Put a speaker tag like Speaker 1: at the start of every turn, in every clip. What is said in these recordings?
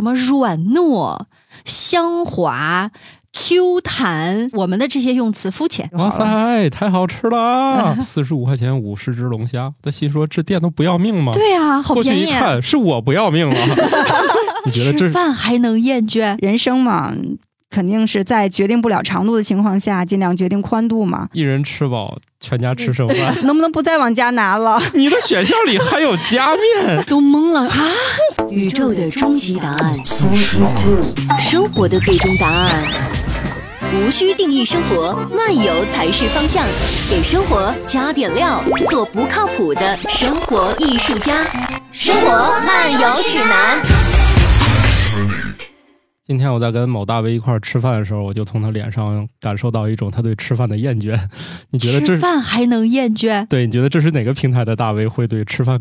Speaker 1: 什么软糯、香滑、Q 弹，我们的这些用词肤浅就好
Speaker 2: 哇
Speaker 1: 了。
Speaker 2: 塞，太好吃 了！啊四十五块钱五十只龙虾，他心说这店都不要命吗？
Speaker 1: 对啊，好
Speaker 2: 过去
Speaker 1: 便
Speaker 2: 一
Speaker 1: 宜啊，
Speaker 2: 看是我不要命 了，你觉得这
Speaker 1: 吃
Speaker 2: 是
Speaker 1: 饭还能厌倦？
Speaker 3: 人生嘛，肯定是在决定不了长度的情况下，尽量决定宽度 嘛。
Speaker 2: 一人吃饱全家吃 剩饭？
Speaker 3: 能不能不再往家拿了？
Speaker 2: 你的选项里还有加面，
Speaker 1: 都懵了啊！
Speaker 4: 宇宙的终极答案，生活的最终答案。无需定义生活，漫游才是方向。给生活加点料，做不靠谱的生活艺术家。生活漫游指南。
Speaker 2: 今天我在跟某大 V 一块儿吃饭的时候，我就从他脸上感受到一种他对吃饭的厌倦。你觉得这
Speaker 1: 吃
Speaker 2: 是
Speaker 1: 饭还能厌倦？
Speaker 2: 对？你觉得这是哪个平台的大 V 会对吃饭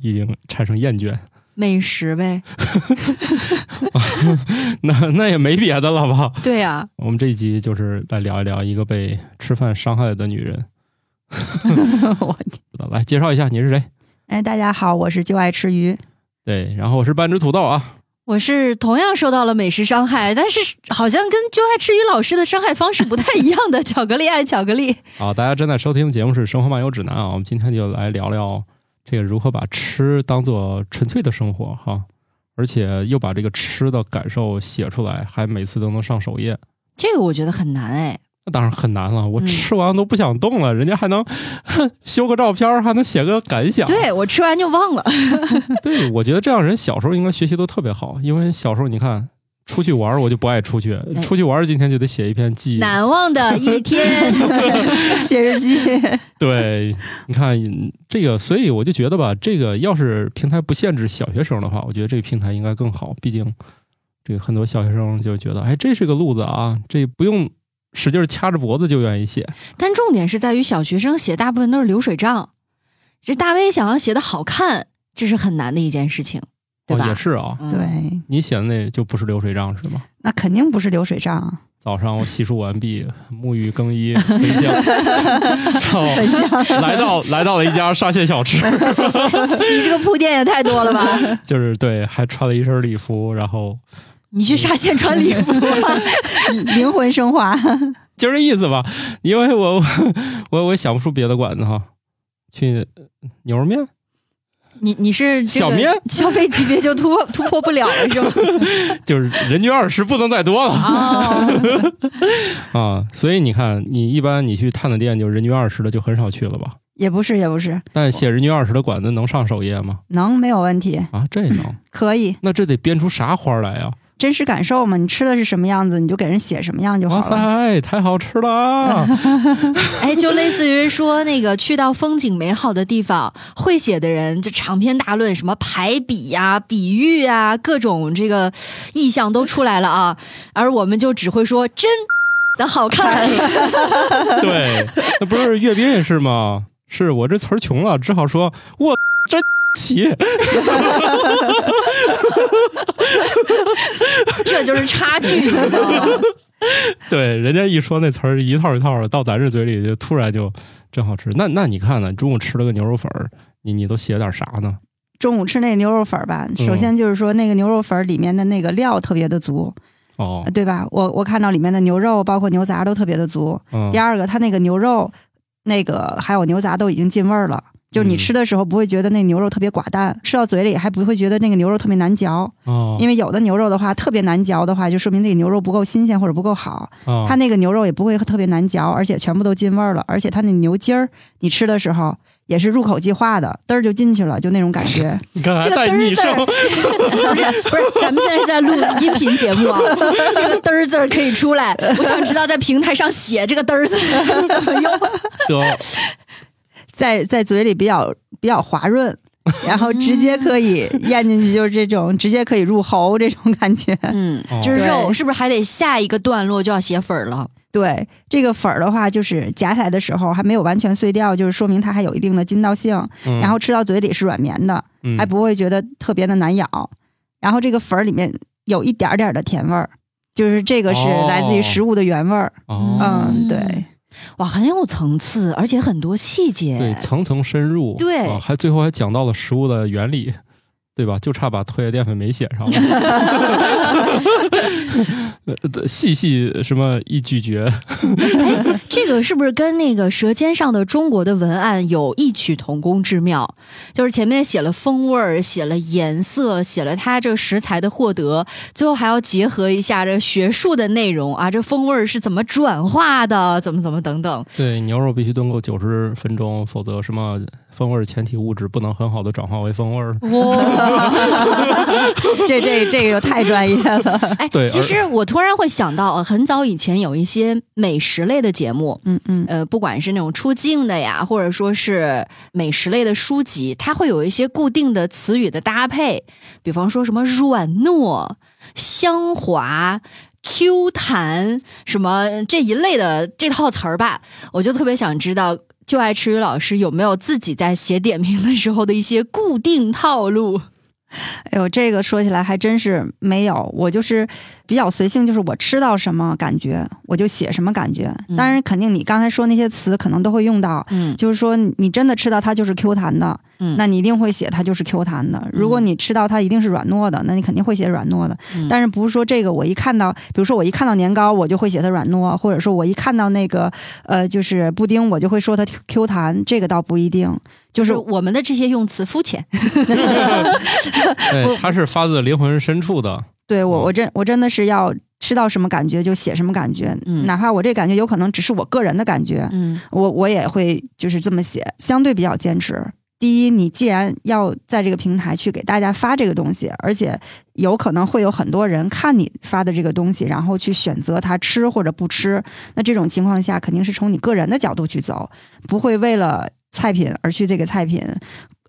Speaker 2: 已经产生厌倦？
Speaker 1: 美食呗，
Speaker 2: 那那也没别的了吧？
Speaker 1: 对啊呀、
Speaker 2: 我们这一集就是来聊一聊一个被吃饭伤害的女 人。
Speaker 3: 我
Speaker 2: 来介绍一下你是谁？
Speaker 3: 哎，大家好，我是就爱吃鱼。
Speaker 2: 对，然后我是半只土豆啊。
Speaker 1: 我是同样受到了美食伤害，但是好像跟就爱吃鱼老师的伤害方式不太一样的巧克力爱巧克力。
Speaker 2: 好，大家正在收听的节目是《生活漫游指南》啊，我们今天就来聊聊这个如何把吃当做纯粹的生活哈，而且又把这个吃的感受写出来，还每次都能上首页。
Speaker 1: 这个我觉得很难哎，
Speaker 2: 那当然很难了，我
Speaker 1: 嗯
Speaker 2: 吃完都不想动了，人家还能 修个照片儿，还能写个感想。
Speaker 1: 对我吃完就忘
Speaker 2: 嗯
Speaker 1: 了。
Speaker 2: 对，我觉得这样人小时候应该学习都特别好，因为小时候你看出去玩儿我就不爱出去，出去玩儿今天就得写一篇记忆。
Speaker 1: 哎难忘的一天，
Speaker 3: 写日记，
Speaker 2: 对，你看这个，所以我就觉得吧，这个要是平台不限制小学生的话，我觉得这个平台应该更好。毕竟，这个很多小学生就觉得，哎，这是个路子啊，这不用使劲掐着脖子就愿意写。哦
Speaker 1: 但重点是在于小学生写大部分都是流水账，这大 V 想要写的好看，这是很难的一件事情，对
Speaker 2: 哦，
Speaker 1: 吧？
Speaker 2: 也是啊，
Speaker 1: 嗯，
Speaker 3: 对，
Speaker 2: 你写的那就不是流水账是吗？
Speaker 3: 那肯定不是流水账。
Speaker 2: 早上我洗漱完毕，沐浴更衣，回 家，操，来到来到了一家沙县小吃，
Speaker 1: 你这个铺垫也太多了 吧？
Speaker 2: 就是对，还穿了一身礼服，然后
Speaker 1: 你去沙县穿礼 服吧，
Speaker 3: 灵魂升华，
Speaker 2: 就这意思吧，因为我 我我我想不出别的馆子哈，去牛肉面、
Speaker 1: 你你是这
Speaker 2: 小
Speaker 1: 个
Speaker 2: 面
Speaker 1: 消费级别就突破突破不了了 是吗？
Speaker 2: 就是人均二十，不能再多了
Speaker 1: 哦，
Speaker 2: 啊。所以你看，你一般你去探的店，就人均二十的就很少去了吧？
Speaker 3: 也不是，也不是，
Speaker 2: 但写人均二十的馆子能上首页吗？
Speaker 3: 能没有问题，
Speaker 2: 啊，这也能？
Speaker 3: 可以。
Speaker 2: 那这得编出啥花来啊呀、
Speaker 3: 真实感受嘛，你吃的是什么样子，你就给人写什么样就好
Speaker 2: 哇
Speaker 3: 了。
Speaker 2: 塞，太好吃了！啊
Speaker 1: 哎，就类似于说那个去到风景美好的地方，会写的人就长篇大论，什么排比呀、比喻啊，各种这个意象都出来了啊，而我们就只会说真的好 看，
Speaker 2: 对，那不是阅兵也是吗？是我这词儿穷了，只好说我 真奇。
Speaker 1: 这就是差距，你知道吗？
Speaker 2: 对，人家一说那词儿一套一套的，到咱这嘴里就突然就真好吃。那那你看呢？中午吃了个牛肉粉儿，你你都写点啥呢？
Speaker 3: 中午吃那牛肉粉儿吧，首先就是说那个牛肉粉儿里面的那个料特别的足，
Speaker 2: 哦，
Speaker 3: 对吧？我我看到里面的牛肉包括牛杂都特别的足。
Speaker 2: 嗯
Speaker 3: 第，二个，它那个牛肉那个还有牛杂都已经进味儿了。就是你
Speaker 2: 嗯
Speaker 3: 吃的时候不会觉得那牛肉特别寡淡，吃到嘴里还不会觉得那个牛肉特别难嚼，
Speaker 2: 哦，
Speaker 3: 因
Speaker 2: 为
Speaker 3: 为有的牛肉的话特别难嚼的话，就说明这个牛肉不够新鲜或者不够好。它
Speaker 2: 他
Speaker 3: 那个牛肉也不会特别难嚼，而且全部都进味儿了，而且它那牛筋儿，你吃的时候也是入口即化的，嘚儿就进去了，就那种感觉。
Speaker 2: 哦你看还
Speaker 1: 这个
Speaker 2: 带
Speaker 1: 嘚
Speaker 2: 逆
Speaker 1: 儿字
Speaker 2: 声
Speaker 1: 儿，，不是 不是，咱们现在是在录音频节目啊，这个嘚儿字儿可以出来，我想知道在平台上写这个嘚儿字怎么用。
Speaker 2: 得
Speaker 3: 在在嘴里比较比较滑润，然后直接可以咽进去，就是这种直接可以入喉这种感觉。
Speaker 1: 嗯
Speaker 2: 哦，
Speaker 1: 就是肉
Speaker 3: 对
Speaker 1: 是不是还得下一个段落就要写粉儿了？
Speaker 3: 对这个粉儿的话，就是夹起来的时候还没有完全碎掉，就是说明它还有一定的筋道性，
Speaker 2: 嗯
Speaker 3: 然后吃到嘴里是软绵的，
Speaker 2: 嗯
Speaker 3: 还不会觉得特别的难咬。然后这个粉儿里面有一点儿点儿的甜味儿，就是这个是来自于食物的原味儿。
Speaker 2: 哦，
Speaker 1: 嗯
Speaker 3: 嗯，对，
Speaker 1: 哇，很有层次，而且很多细
Speaker 2: 对，
Speaker 1: 节。
Speaker 2: 层层深入，
Speaker 1: 哎对
Speaker 2: 啊还最后还讲到了食物的原理，对吧？就差把唾液淀粉没写上了，呃 细细什么一咀嚼，
Speaker 1: 这个是不是跟那个《舌尖上的中国》的文案有异曲同工之妙？就是前面写了风味儿，写了颜色，写了它这食材的获得，最后还要结合一下这学术的内容啊，这风味儿是怎么转化的，怎么怎么等等。
Speaker 2: 对，牛肉必须炖够九十分钟，否则什么风味儿前体物质不能很好的转化为风味儿。
Speaker 1: 哇，
Speaker 3: 这这这个就太专业了。
Speaker 1: 哎
Speaker 2: 对，
Speaker 1: 其
Speaker 2: 而
Speaker 1: 实我突然会想到，呃很早以前有一些美食类的节目，
Speaker 3: 嗯嗯，
Speaker 1: 呃，不管是那种出镜的呀，或者说是美食类的书籍，它会有一些固定的词语的搭配，比方说什么软糯、香滑。Q 弹什么这一类的这套词儿吧，我就特别想知道，就爱吃鱼老师有没有自己在写点评的时候的一些固定套路？
Speaker 3: 哎呦，这个说起来还真是没有，我就是比较随性，就是我吃到什么感觉我就写什么感觉。
Speaker 1: 嗯
Speaker 3: 当然，肯定你刚才说那些词可能都会用到。
Speaker 1: 嗯
Speaker 3: 就是说，你真的吃到它就是 Q 弹的，
Speaker 1: 嗯
Speaker 3: 那你一定会写它就是 Q 弹的。如果
Speaker 1: 嗯
Speaker 3: 你吃到它一定是软糯的，那你肯定会写软糯的。
Speaker 1: 嗯
Speaker 3: 但是不是说这个我一看到，比如说我一看到年糕，我就会写它软糯，或者说我一看到那个呃就是布丁，我就会说它 Q- Q 弹，这个倒不一定。就
Speaker 1: 就是是我们的这些用词肤浅，
Speaker 2: 哎对，它是发自灵魂深处的。
Speaker 3: 对我，
Speaker 2: 嗯
Speaker 3: 我真我真的是要吃到什么感觉就写什么感觉，
Speaker 1: 嗯
Speaker 3: 哪怕我这感觉有可能只是我个人的感 觉，
Speaker 1: 嗯
Speaker 3: 我我也会就是这么写，相对比较坚持。第一，你既然要在这个平台去给大家发这个东西，而且有可能会有很多人看你发的这个东西，然后去选择他吃或者不吃，那这种情况下肯定是从你个人的角度去走，不会为了菜品而去这个菜品，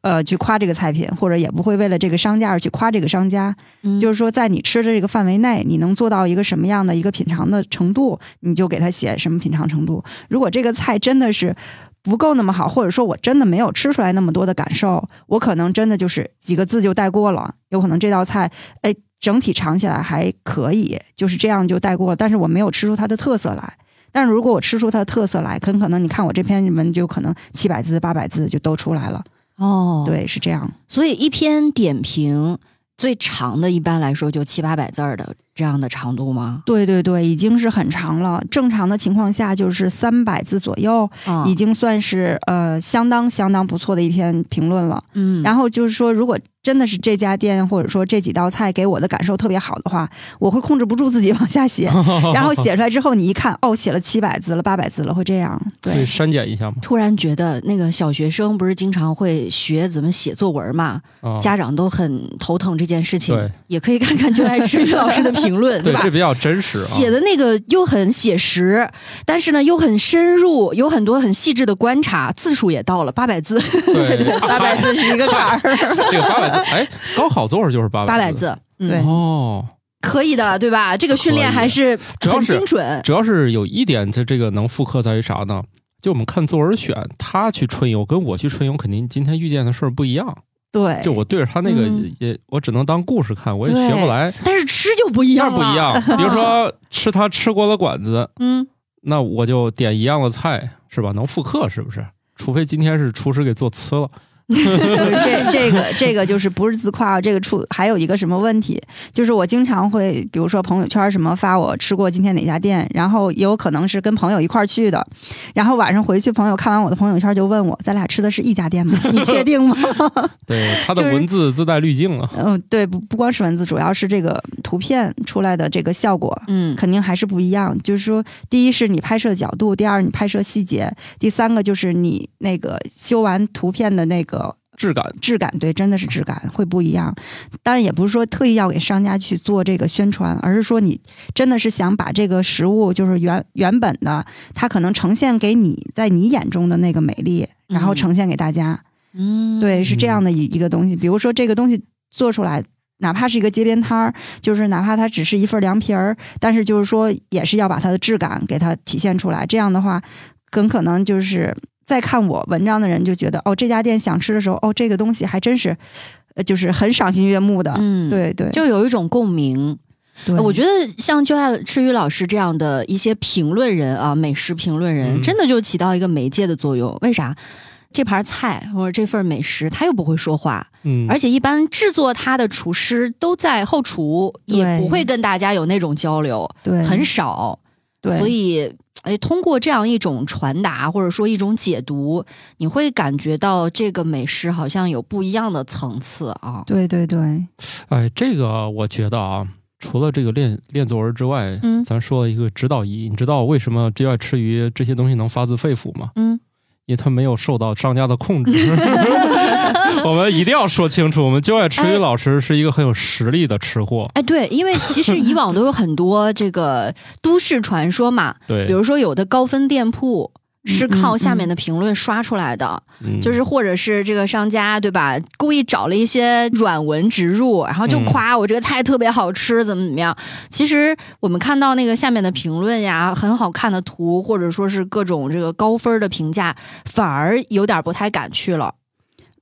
Speaker 3: 呃，去夸这个菜品，或者也不会为了这个商家而去夸这个商家。
Speaker 1: 嗯
Speaker 3: 就是是说，在你吃的这个范围内，你能做到一个什么样的一个品尝的程度，你就给他写什么品尝程度。如果这个菜真的是不够那么好，或者说我真的没有吃出来那么多的感受，我可能真的就是几个字就带过了。有可能这道菜，哎，整体尝起来还可以，就是这样就带过了，但是我没有吃出它的特色来。但是如果我吃出它的特色来，很可能你看我这篇文就可能七百字、八百字就都出来了。
Speaker 1: 哦，
Speaker 3: 对，是这样。
Speaker 1: 所以一篇点评最长的，一般来说就七八百字儿的这样的长度吗？
Speaker 3: 对对对，已经是很长了。正常的情况下就是三百字左右，
Speaker 2: 嗯
Speaker 1: 啊
Speaker 3: 已经算是呃相当相当不错的一篇评论了。
Speaker 1: 嗯，
Speaker 3: 然后就是说，如果真的是这家店或者说这几道菜给我的感受特别好的话，我会控制不住自己往下 写，然后写出来之后，你一看，哦，写了七百字了，八百字了，会这样。
Speaker 2: 对
Speaker 3: 对，
Speaker 2: 删减一下嘛。
Speaker 1: 突然觉得那个小学生不是经常会学怎么写作文嘛，
Speaker 2: 啊，
Speaker 1: 家长都很头疼这件事情，
Speaker 2: 对
Speaker 1: 也可以看看就爱吃老师的评 论，
Speaker 2: 对，
Speaker 1: 吧
Speaker 2: 这？比较真实啊。
Speaker 1: 写的那个又很写实，但是呢又很深入，有很多很细致的观察，字数也到了八百字，
Speaker 2: 对
Speaker 3: 八百字是一个坎儿。
Speaker 2: 这个八百字，哎，高考作文就是八
Speaker 1: 八
Speaker 2: 百
Speaker 1: 百字，嗯，
Speaker 3: 对
Speaker 2: 哦。
Speaker 1: 可以的，对吧？这个训练
Speaker 2: 可以
Speaker 1: 还是
Speaker 2: 主要
Speaker 1: 很
Speaker 2: 是
Speaker 1: 精准，
Speaker 2: 主要是有一点，它这个能复刻在于啥呢？就我们看作文选，他去春游跟我去春游，肯定今天遇见的事儿不一样。
Speaker 3: 对，
Speaker 2: 就我对着他那个
Speaker 1: 嗯
Speaker 2: 也，我只能当故事看，我也
Speaker 1: 对
Speaker 2: 学不来，
Speaker 1: 但是吃就不一
Speaker 2: 那
Speaker 1: 样了，
Speaker 2: 不一样。比如 说吃他吃过的馆子，
Speaker 1: 嗯，
Speaker 2: 那我就点一样的菜，是吧？能复刻是不是？除非今天是厨师给做呲了。
Speaker 3: 就是这这个这个就是不是自夸啊，这个处还有一个什么问题，就是我经常会，比如说朋友圈什么发我吃过今天哪家店，然后也有可能是跟朋友一块儿去的，然后晚上回去朋友看完我的朋友圈就问我，咱俩吃的是一家店吗？ 你确定吗？
Speaker 2: 对，他的
Speaker 3: 就是
Speaker 2: 文字自带滤镜啊。
Speaker 3: 嗯，对，不不光是文字，主要是这个图片出来的这个效果。
Speaker 1: 嗯，
Speaker 3: 肯定还是不一样，就是说，第一是你拍摄角度，第二你拍摄细节，第三个就是你那个修完图片的那个
Speaker 2: 质感，
Speaker 3: 质感，对，真的是质感会不一样。当然也不是说特意要给商家去做这个宣传，而是说你真的是想把这个食物，就是原原本的，它可能呈现给你在你眼中的那个美丽，然后
Speaker 1: 嗯
Speaker 3: 呈现给大家。
Speaker 1: 嗯，
Speaker 3: 对，是这样的一一个东西。比如说这个东西做出来。哪怕是一个街边摊儿，就是哪怕它只是一份凉皮儿，但是就是说，也是要把它的质感给它体现出来。这样的话，很可能就是在看我文章的人就觉得，哦，这家店想吃的时候，哦，这个东西还真是，呃就是很赏心悦目的。
Speaker 1: 嗯，
Speaker 3: 对对，
Speaker 1: 就有一种共鸣。
Speaker 3: 对
Speaker 1: 我觉得像就爱吃鱼老师这样的一些评论人啊，美食评论人，
Speaker 2: 嗯
Speaker 1: 真的就起到一个媒介的作用。为啥？这盘菜或者这份美食，他又不会说话，
Speaker 2: 嗯，
Speaker 1: 而且一般制作它的厨师都在后厨，也
Speaker 3: 对
Speaker 1: 不会跟大家有那种交流，
Speaker 3: 对，
Speaker 1: 很少。
Speaker 3: 对，
Speaker 1: 所以，哎，通过这样一种传达或者说一种解读，你会感觉到这个美食好像有不一样的层次啊。
Speaker 3: 对对对，
Speaker 2: 哎，这个我觉得啊，除了这个练练作文之外，
Speaker 1: 嗯
Speaker 2: 咱说一个指导意义，你知道为什么只爱吃鱼这些东西能发自肺腑吗？
Speaker 1: 嗯，
Speaker 2: 因为它没有受到商家 的控制。 我们一定要说清楚，我们就爱吃鱼
Speaker 1: 哎
Speaker 2: 老师是一个很有实力的吃货，
Speaker 1: 哎，对，因为其实以往都有很多这个都市传说嘛，
Speaker 2: 对，
Speaker 1: 比如说有的高分店铺是
Speaker 3: 嗯
Speaker 1: 靠
Speaker 3: 嗯
Speaker 1: 下面
Speaker 3: 嗯
Speaker 1: 的评论刷出来的，
Speaker 2: 嗯
Speaker 1: 就是或者是这个商家对吧，故意找了一些软文植入，然后就
Speaker 2: 嗯
Speaker 1: 夸我这个菜特别好吃，怎么怎么样。其实我们看到那个下面的评论呀，很好看的图，或者说是各种这个高分的评价，反而有点不太敢去了。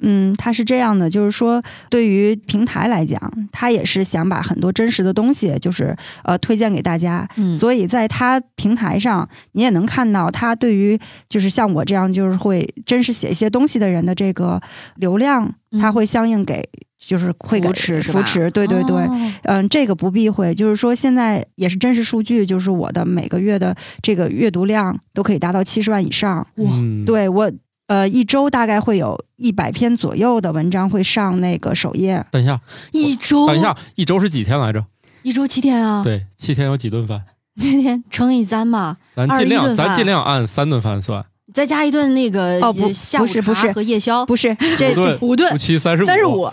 Speaker 3: 嗯，它是这样的，就是说，对于平台来讲，它也是想把很多真实的东西，就是呃推荐给大家。
Speaker 1: 嗯
Speaker 3: 所以在它平台上，你也能看到它对于就是像我这样就是会真实写一些东西的人的这个流量，它
Speaker 1: 嗯
Speaker 3: 会相应给就是会给
Speaker 1: 扶持是吧
Speaker 3: 扶持，对对对。
Speaker 1: 哦
Speaker 3: 嗯，这个不避讳，就是说现在也是真实数据，就是我的每个月的这个阅读量都可以达到七十万以上。
Speaker 2: 嗯，
Speaker 3: 对我呃一周大概会有一百篇左右的文章会上那个首页，
Speaker 2: 等一下，
Speaker 1: 一周，
Speaker 2: 等一下，一周是几天来着？
Speaker 1: 一周七天哦啊，
Speaker 2: 对，七天有几顿饭？
Speaker 1: 七天乘以三嘛，
Speaker 2: 咱
Speaker 1: 21
Speaker 2: 尽量，
Speaker 1: 顿
Speaker 2: 咱
Speaker 1: 饭
Speaker 2: 尽量按三顿饭算，
Speaker 1: 再加一顿那个
Speaker 3: 哦不
Speaker 1: 呃下午
Speaker 3: 不是不
Speaker 1: 茶
Speaker 3: 是
Speaker 1: 和夜宵，
Speaker 3: 不是这
Speaker 2: 五顿
Speaker 3: 这
Speaker 1: 五
Speaker 2: 夫
Speaker 1: 顿
Speaker 2: 妻三十五，
Speaker 1: 三十五，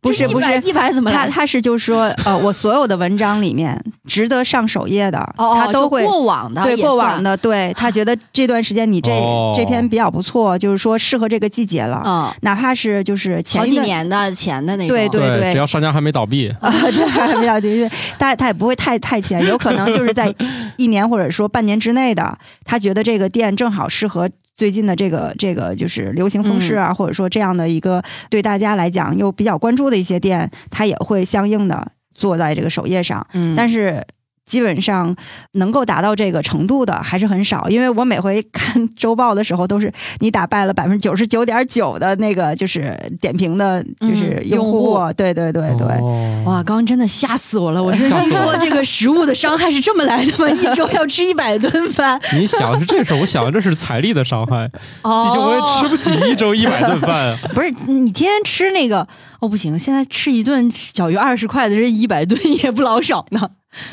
Speaker 3: 不是不是。
Speaker 1: 一百 怎么
Speaker 3: 他
Speaker 1: 来？
Speaker 3: 他是就是说，呃，我所有的文章里面值得上首页的，
Speaker 1: 哦，哦
Speaker 3: 他都
Speaker 1: 就
Speaker 3: 会
Speaker 1: 过往的
Speaker 3: 对
Speaker 1: 也
Speaker 3: 过
Speaker 1: 算
Speaker 3: 往 的，对他觉得这段时间你这、
Speaker 2: 哦
Speaker 3: 这篇比较不错，就是说适合这个季节了，
Speaker 1: 嗯。
Speaker 3: 哪怕是就是前
Speaker 1: 好
Speaker 3: 一
Speaker 1: 几
Speaker 3: 段
Speaker 1: 年的前的那种，
Speaker 3: 对对
Speaker 2: 只要商家还没倒闭，
Speaker 3: 啊， 这还比较的确，他他也不会太太浅，有可能就是 在一年或者说半年之内的，他觉得这个店正好适合最近的这个这个就是流行风
Speaker 1: 嗯
Speaker 3: 势啊，或者说这样的一个对大家来讲又比较关注的一些店，他也会相应的做在这个首页上，
Speaker 1: 嗯
Speaker 3: 但是。基本上能够达到这个程度的还是很少，因为我每回看周报的时候，都是你打败了百分之九十九点九的那个就是点评的，就是
Speaker 1: 嗯
Speaker 3: 用
Speaker 1: 用户
Speaker 3: 户，对对对对，
Speaker 2: 哦
Speaker 1: 哇，刚刚真的吓死我了！我真
Speaker 2: 吓
Speaker 1: 是
Speaker 2: 死我
Speaker 1: 说
Speaker 2: 了
Speaker 1: 这个食物的伤害是这么来的吗？一周要吃一百顿 饭
Speaker 2: 你想的是这事儿，我想的这是财力的伤害，毕竟我也吃
Speaker 1: 哦，
Speaker 2: 不起一周一百顿饭 啊。
Speaker 1: 不是你天天吃那个哦，不行，现在吃一顿小于二十块的这一百顿也不老少呢。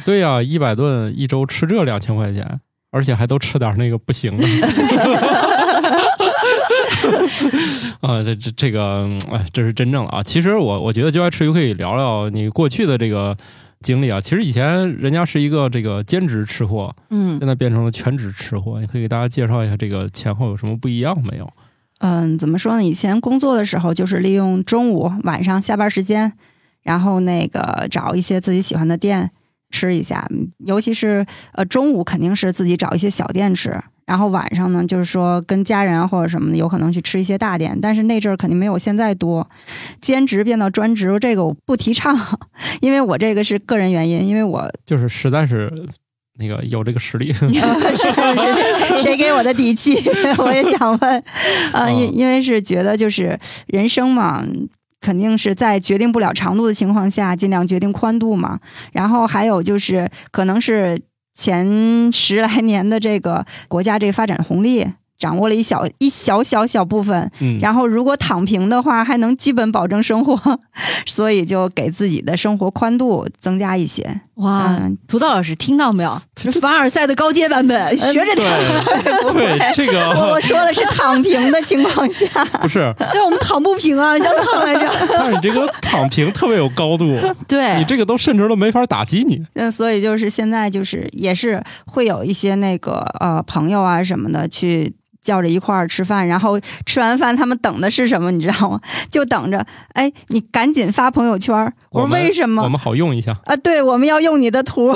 Speaker 2: 对呀、一百顿一周吃这两千块钱，而且还都吃点那个不行的。 啊，这这这个，嗯哎，这是真正了啊！其实我我觉得就爱吃鱼可以聊聊你过去的这个经历啊。其实以前人家是一个这个兼职吃货，
Speaker 1: 嗯
Speaker 2: 现在变成了全职吃货。你可以给大家介绍一下这个前后有什么不一样没有？
Speaker 3: 嗯，怎么说呢？以前工作的时候，就是利用中午、晚上下班时间，然后那个找一些自己喜欢的店吃一下，嗯尤其是呃中午肯定是自己找一些小店吃，然后晚上呢，就是说跟家人啊或者什么的，有可能去吃一些大店，但是那阵儿肯定没有现在多。兼职变到专职，这个我不提倡， 因为我这个是个人原因，因为我
Speaker 2: 就是实在是那个有这个实力，
Speaker 3: 是 谁给我的底气？我也想问，呃，因因为是觉得就是人生嘛。肯定是在决定不了长度的情况下，尽量决定宽度嘛。然后还有就是，可能是前十来年的这个国家这个发展红利，掌握了一小一小小小部分。
Speaker 2: 嗯，
Speaker 3: 然后如果躺平的话，还能基本保证生活， 所以就给自己的生活宽度增加一些。
Speaker 1: 哇，
Speaker 3: 嗯，
Speaker 1: 涂道老师听到没有？这是凡尔赛的高阶版本，学 着点。
Speaker 2: 对对，这个
Speaker 3: 哦我我说的是躺平的情况下。
Speaker 2: 不是，
Speaker 1: 对，我们躺不平啊，想躺来 着。
Speaker 2: 但是你这个躺平特别有高度，你
Speaker 3: 哎
Speaker 1: 对，
Speaker 2: 这个都甚至都没法打击你。
Speaker 3: 那所以就是现在就是也是会有一些那个呃朋友啊什么的去叫着一块儿吃饭，然后吃完饭他们等的是什么，你知道吗？ 就等着，哎，你赶紧发朋友圈儿。我说
Speaker 2: 我们
Speaker 3: 为什
Speaker 2: 我
Speaker 3: 么？
Speaker 2: 们啊好用一下，啊
Speaker 3: 啊，对，我们要用你的图，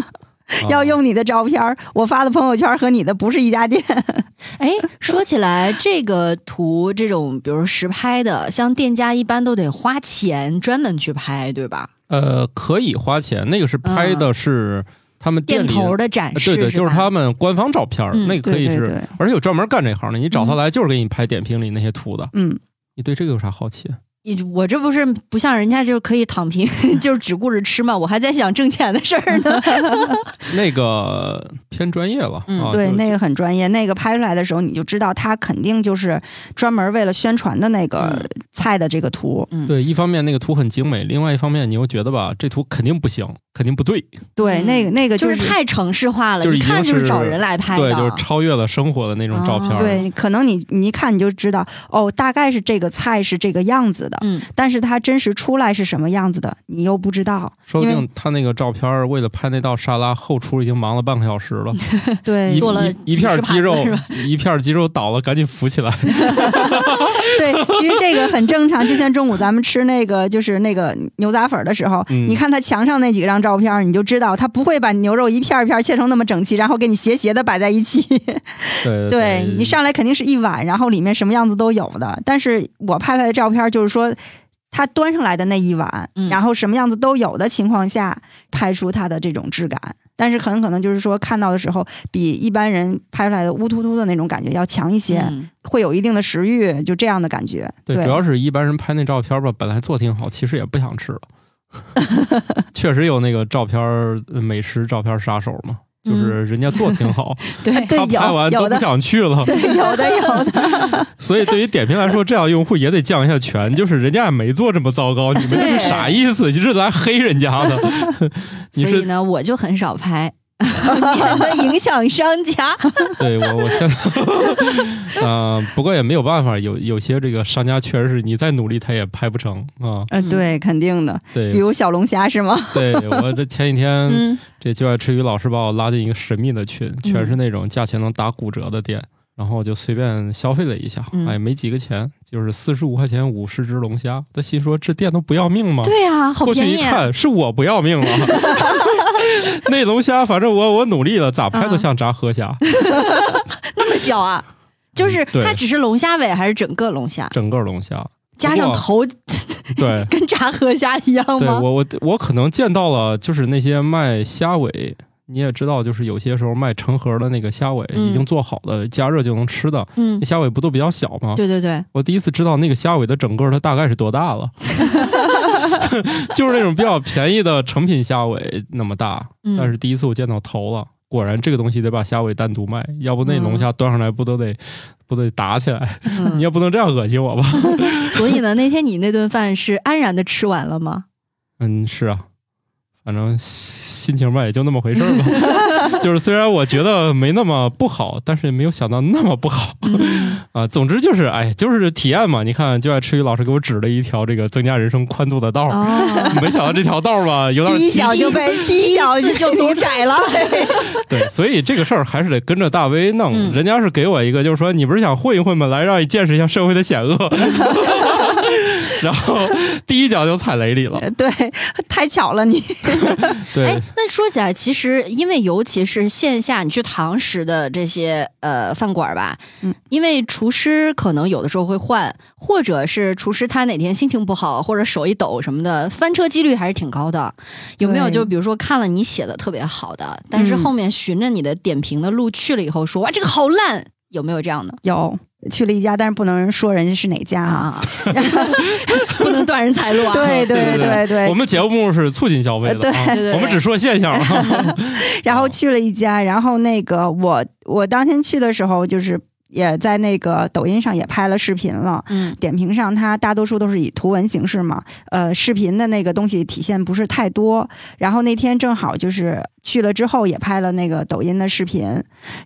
Speaker 3: 要用你的照片儿。我发的朋友圈儿和你的不是一家店。
Speaker 1: 哎，说起来，这个图这种，比如实拍的，像店家一般都得花钱专门去拍，对吧？
Speaker 3: 嗯
Speaker 2: 呃，可以花钱，那个是拍的是他们店
Speaker 1: 店
Speaker 2: 里
Speaker 1: 头的展
Speaker 2: 呃
Speaker 1: 示，
Speaker 2: 对对，就是
Speaker 1: 吧
Speaker 2: 他们官方照片儿，
Speaker 1: 嗯
Speaker 2: 那个可以
Speaker 3: 对
Speaker 2: 是，
Speaker 3: 对嗯对
Speaker 2: 而且有专门干这行的，你找他来就是给你拍点评里那些图的。
Speaker 3: 嗯，
Speaker 2: 你对这个有啥好奇？
Speaker 1: 你我这不是不像人家就是可以躺平， 就是只顾着吃嘛，我还在想挣钱的事儿 呢。
Speaker 2: 那个偏专业了、
Speaker 1: 嗯
Speaker 2: 啊，
Speaker 3: 对，
Speaker 2: 就
Speaker 3: 那个很专业。那个拍出来的时候，你就知道他肯定就是专门为了宣传的那个
Speaker 1: 嗯
Speaker 3: 菜的这个图。
Speaker 2: 对，一方面那个图很精美，另外一方面你又觉得吧，这图肯定不行，肯定不对，
Speaker 3: 对，
Speaker 1: 嗯
Speaker 3: 那个那个
Speaker 1: 就是是太城市化了，
Speaker 2: 就是
Speaker 1: 一
Speaker 2: 已经
Speaker 1: 看就是
Speaker 2: 是
Speaker 1: 找人来拍的。
Speaker 2: 对，就是超越了生活的那种照片。
Speaker 1: 啊
Speaker 3: 哦对，可能你你一看你就知道，哦，大概是这个菜是这个样子的，
Speaker 1: 嗯，
Speaker 3: 但是它真实出来是什么样子的，你又不知道。
Speaker 2: 说不
Speaker 3: 因为
Speaker 2: 定他那个照片儿为了拍那道沙拉，后厨已经忙了半个小时了，
Speaker 3: 对
Speaker 2: 一
Speaker 1: 做了
Speaker 2: 一一
Speaker 1: 几十
Speaker 2: 片
Speaker 1: 盘
Speaker 2: 鸡
Speaker 1: 子
Speaker 2: 肉
Speaker 1: 是吧，
Speaker 2: 一片鸡肉倒了，赶紧扶起来。
Speaker 3: 对，其实这个很正常。就像中午咱们吃那个就是那个牛杂粉的时候，
Speaker 2: 嗯
Speaker 3: 你看他墙上那几张照片，你就知道他不会把牛肉一片儿一片儿切成那么整齐，然后给你斜斜的摆在一起。
Speaker 2: 对
Speaker 3: 对你上来肯定是一碗，然后里面什么样子都有的。但是我拍出来的照片就是说，他端上来的那一碗，
Speaker 1: 嗯
Speaker 3: 然后什么样子都有的情况下，拍出它的这种质感。但是很可能就是说，看到的时候比一般人拍出来的乌突突的那种感觉要强一些，
Speaker 1: 嗯
Speaker 3: 会有一定的食欲，就这样的感觉。
Speaker 2: 对，主要是一般人拍那照片儿吧，本来做挺好，其实也不想吃了。确实有那个照片儿呃美食照片儿杀手嘛，就是哎人家做挺好，
Speaker 1: 嗯对
Speaker 3: 对
Speaker 2: 他拍完
Speaker 3: 有
Speaker 2: 都
Speaker 3: 有
Speaker 2: 不
Speaker 3: 的
Speaker 2: 想去了。
Speaker 3: 有的有 的，
Speaker 2: 所以对于点评来说，这样用户也得降一下权，就是人家也没做这么糟糕，你们这
Speaker 1: 对
Speaker 2: 是啥意思？你是来黑人家的？你
Speaker 1: 所以
Speaker 2: 是
Speaker 1: 呢，我就很少 拍， 免得影响商家。
Speaker 2: 对我，我现在 啊、不过也没有办法，有有些这个商家确实是你再努力他也拍不成啊、
Speaker 3: 呃，对，肯定的。比
Speaker 2: 对，
Speaker 3: 如小龙虾是吗？
Speaker 2: 对我这前几天、
Speaker 1: 嗯，
Speaker 2: 这就爱吃鱼老师把我拉进一个神秘的群，全是那种价钱能打骨折的店，然后我就随便消费了一下，
Speaker 1: 嗯
Speaker 2: 哎，没几个钱，就是四十五块钱五十只龙虾，他心说这店都不要命吗？
Speaker 1: 对啊，好
Speaker 2: 过去
Speaker 1: 便
Speaker 2: 一
Speaker 1: 宜。
Speaker 2: 看，是我不 要命了。 那龙虾，反正我我努力了，咋
Speaker 1: 嗯
Speaker 2: 拍都像炸河虾，
Speaker 1: 那么小啊？就是
Speaker 2: 嗯对
Speaker 1: 它只是龙虾尾还是整个龙虾，
Speaker 2: 整个龙虾。
Speaker 1: 加上头
Speaker 2: 对
Speaker 1: 跟炸河虾一样
Speaker 2: 对，
Speaker 1: 吗？
Speaker 2: 我我我可能见到了，就是那些卖虾尾，你也知道，就是有些时候卖成盒的那个虾尾，
Speaker 1: 嗯
Speaker 2: 已经做好的，加热就能吃的，
Speaker 1: 嗯
Speaker 2: 那，虾尾不都比较小吗？
Speaker 1: 对对对，
Speaker 2: 我第一次知道那个虾尾的整个它大概是多大 了， 就是那种比较便宜的成品虾尾那么大，
Speaker 1: 嗯
Speaker 2: 但是 第一次我见到头了，果然这个东西得把虾尾单独卖，要不那龙虾端上来不都得不得打起来？ 你
Speaker 1: 嗯。
Speaker 2: 也不能这样恶心我吧？
Speaker 1: 所以呢，那天你那顿饭是安然的吃完了吗？
Speaker 2: 嗯，是啊，反正心情吧也就那么回事儿吧，就是虽然我觉得没那么不好，但是也没有想到那么不好。 啊，总之就是，哎，就是体验嘛。你看，就爱吃鱼老师给我指了一条这个增加人生宽度的道儿，嗯
Speaker 1: 哦，
Speaker 2: 没想到这条道儿吧，有点
Speaker 3: 第一
Speaker 2: 崎
Speaker 3: 脚
Speaker 2: 岖。
Speaker 3: 就被第一脚
Speaker 1: 这就走窄了。
Speaker 2: 对，所以这个事儿还是得跟着大 V 弄。
Speaker 1: 嗯
Speaker 2: 人家是给我一个，就是说你不是想混一混吗？来让你见识一下社会的险恶。 然后第一脚就踩雷里了。
Speaker 3: 对，太巧了你。
Speaker 2: 对
Speaker 1: 哎，，那说起来，其实因为尤其是线下，你去堂食的这些呃饭馆儿吧，
Speaker 3: 嗯，
Speaker 1: 因为厨师可能有的时候会换，或者是厨师他哪天心情不好，或者手一抖什么的，翻车几率还是挺高的。有没有
Speaker 3: 对
Speaker 1: 就比如说看了你写的特别好的，但是
Speaker 3: 嗯
Speaker 1: 后面循着你的点评的路去了以后说，哇这个好烂，有没有这样的
Speaker 3: 有去了一家，但是不能说人家是哪家
Speaker 1: 啊？
Speaker 3: 啊。
Speaker 1: 不能断人财 路啊！
Speaker 3: 对对
Speaker 2: 对
Speaker 3: 对
Speaker 2: 我们节目是促进消费的，啊
Speaker 1: 呃对对对
Speaker 2: 我们只说现象啊。
Speaker 3: 然后去了一家，然后那个我我当天去的时候，就是也在那个抖音上也拍了视频了。
Speaker 1: 嗯
Speaker 3: 点评上，它大多数都是以图文形式嘛，呃，视频的那个东西体现不是太多。然后那天正好就是去了之后也拍了那个抖音的视频，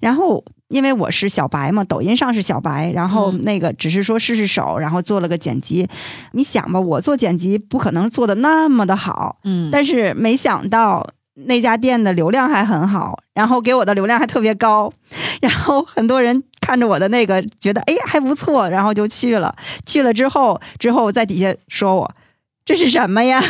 Speaker 3: 然后因为我是小白嘛，抖音上是小白，然后
Speaker 1: 嗯
Speaker 3: 那个只是说试试手，然后做了个剪辑。你想吧，我做剪辑不可能做的那么的好，
Speaker 1: 嗯，
Speaker 3: 但是没想到那家店的流量还很好，然后给我的流量还特别高，然后很多人看着我的那个觉得哎还不错，然后就去了。去了之后，之后在底下说我。这是什么呀？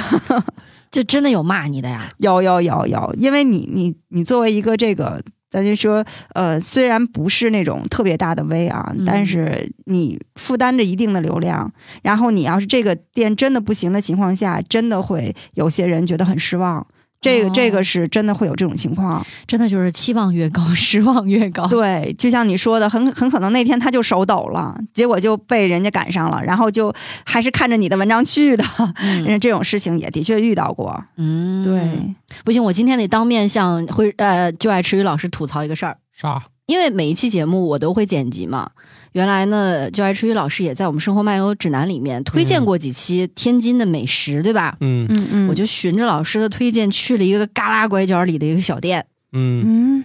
Speaker 1: 这真的有骂你的呀？
Speaker 3: 有有有有，因为你你你作为一个这个，咱就说，呃，虽然不是那种特别大的 V 啊，
Speaker 1: 嗯
Speaker 3: 但是你负担着一定的流量，然后你要是这个店真的不行的情况下，真的会有些人觉得很失望。这个
Speaker 1: 哦
Speaker 3: 这个是真的会有这种情况。
Speaker 1: 真的就是期望越高，失望越高。
Speaker 3: 对，就像你说的，很很可能那天他就手抖了，结果就被人家赶上了，然后就还是看着你的文章去的。
Speaker 1: 嗯，
Speaker 3: 这种事情也的确遇到过。
Speaker 1: 嗯，不行，我今天得当面向会呃就爱吃鱼老师吐槽一个事儿。
Speaker 2: 啥？
Speaker 1: 因为每一期节目我都会剪辑嘛。原来呢，就爱吃鱼老师也在我们《生活漫游指南》里面推荐过几期天津的美食，对吧？
Speaker 2: 嗯
Speaker 3: 嗯嗯，
Speaker 1: 我就循着老师的推荐去了一个旮旯拐角里的一个小店，
Speaker 2: 嗯，
Speaker 3: 嗯，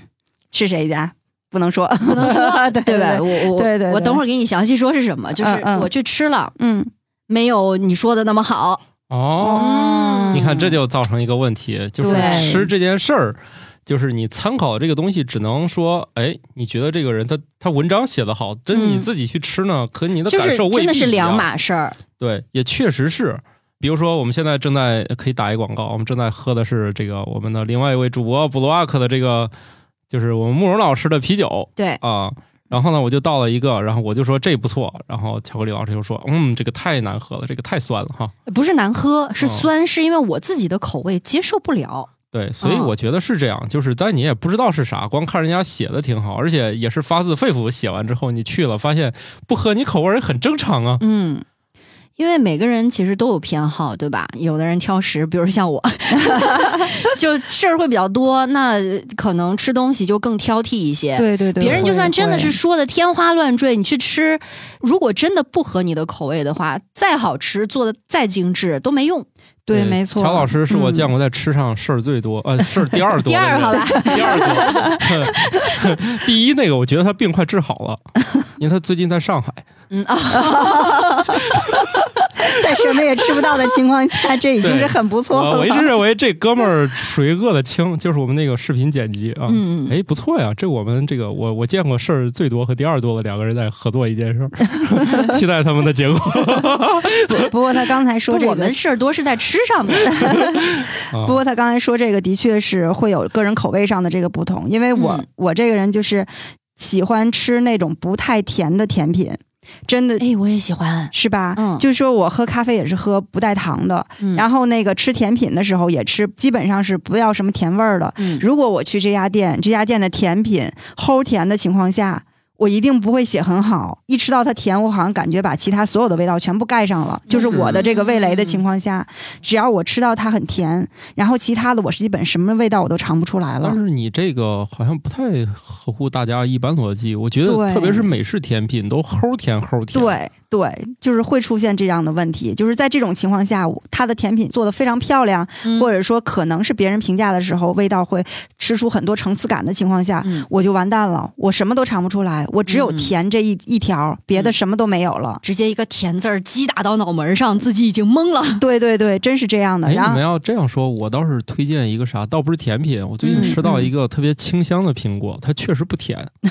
Speaker 3: 是谁家？不能说，不能说， 对
Speaker 1: 对吧？
Speaker 3: 对
Speaker 1: 我我
Speaker 3: 对对
Speaker 1: 我
Speaker 3: 对
Speaker 1: 等会儿给你详细说是什么，就是
Speaker 3: 嗯嗯
Speaker 1: 我去吃了，
Speaker 3: 嗯，
Speaker 1: 没有你说的那么好。
Speaker 2: 哦，
Speaker 1: 嗯
Speaker 2: 你看这就造成一个问题，就是
Speaker 1: 对
Speaker 2: 吃这件事儿。就是你参考这个东西，只能说，哎，你觉得这个人他他文章写得好，真
Speaker 1: 嗯
Speaker 2: 你自己去吃呢，可你的
Speaker 1: 就
Speaker 2: 感
Speaker 1: 是
Speaker 2: 受未必
Speaker 1: 真的是
Speaker 2: 一样
Speaker 1: 两码事儿，
Speaker 2: 对，也确实是。比如说，我们现在正在可以打一广告，我们正在喝的是这个我们的另外一位主播布鲁瓦克的这个，就是我们慕容老师的啤酒
Speaker 1: 对，
Speaker 2: 啊。然后呢，我就倒了一个，然后我就说这不错，然后巧克力老师就说，嗯，这个太难喝了，这个太酸了哈。
Speaker 1: 不是难喝，是
Speaker 2: 哦
Speaker 1: 酸，是因为我自己的口味接受不了。
Speaker 2: 对，所以
Speaker 1: 哦
Speaker 2: 我觉得是这样，就是但你也不知道是啥，光看人家写的挺好，而且也是发自肺腑写完之后，你去了发现不合你口味儿也很正常啊。
Speaker 1: 嗯，因为每个人其实都有偏好，对吧？有的人挑食，比如像我， 就事儿会比较多，那可能吃东西就更挑剔一些。
Speaker 3: 对对对，
Speaker 1: 别人就算真的是
Speaker 3: 会，
Speaker 1: 说的天花乱坠，你去吃，如果真的不合你的口味的话，再好吃，做的再精致都没用。
Speaker 3: 对，
Speaker 2: 呃
Speaker 3: 没错。嗯
Speaker 2: 乔老师是我见
Speaker 3: 过，
Speaker 2: 过在吃上事儿最多，呃，事儿第二多
Speaker 1: 第
Speaker 2: 的人。
Speaker 1: 二，好 吧，
Speaker 2: 第二个， 第一那个，我觉得他病快治好了，因为他最近在上海。
Speaker 1: 嗯啊，
Speaker 3: 嗯在什么也吃不到的情况 下，这已经是很不 错
Speaker 2: 我
Speaker 3: 了。
Speaker 2: 我一直认为这哥们儿属于饿得轻，就是我们那个视频剪辑啊。
Speaker 1: 嗯嗯，
Speaker 2: 哎，不错呀！这我们这个我我见过事儿最多和第二多的两个人在合作一件事儿， 期待他们的 结果。
Speaker 3: 不过他刚才
Speaker 1: 不
Speaker 3: 说
Speaker 1: 是
Speaker 3: 这
Speaker 1: 我
Speaker 3: 个
Speaker 1: 们。事儿多是在吃上面。
Speaker 2: 啊
Speaker 3: 不过他刚才说这个的确是会有个人口味上的这个不同，因为我、
Speaker 1: 嗯
Speaker 3: 我这个人就是喜欢吃那种不太甜的甜品，真的
Speaker 1: 哎，我也喜欢，
Speaker 3: 是吧？
Speaker 1: 嗯
Speaker 3: 就说我喝咖啡也是喝不带糖的，
Speaker 1: 嗯
Speaker 3: 然后那个吃甜品的时候也吃，基本上是不要什么甜味儿的。
Speaker 1: 嗯
Speaker 3: 如果我去这家店，这家店的甜品齁甜的情况下，我一定不会写很好。一吃到它甜，我好像感觉把其他所有的味道全部盖上了，
Speaker 1: 嗯
Speaker 3: 就是我的这个味蕾的情况下，只要我吃到它很甜，然后其他的我是基本什么味道我都尝不出来
Speaker 2: 但
Speaker 3: 了。
Speaker 2: 是你这个好像不太合乎大家一般逻辑，我觉得
Speaker 3: 对
Speaker 2: 特别是美式甜品都齁甜齁甜。
Speaker 3: 对对，就是会出现这样的问题，就是在这种情况下，我它的甜品做的非常漂亮，或者说可能是别人评价的时候，味道会吃出很多层次感的情况下，
Speaker 1: 嗯
Speaker 3: 我就完蛋了，我什么都尝不出来，我只有
Speaker 1: 嗯嗯
Speaker 3: 甜这一、一条，别的什么都没有了。
Speaker 1: 直接一个甜字儿击打到脑门上，自己已经懵了。
Speaker 3: 对对对，真是这样的。
Speaker 2: 哎，
Speaker 3: 然
Speaker 2: 你们
Speaker 3: 后
Speaker 2: 要这样说，我倒是推荐一个啥，倒不是甜品。我最近
Speaker 1: 嗯
Speaker 2: 吃到
Speaker 3: 嗯
Speaker 2: 一个特别清香的苹果，它确实不甜，啊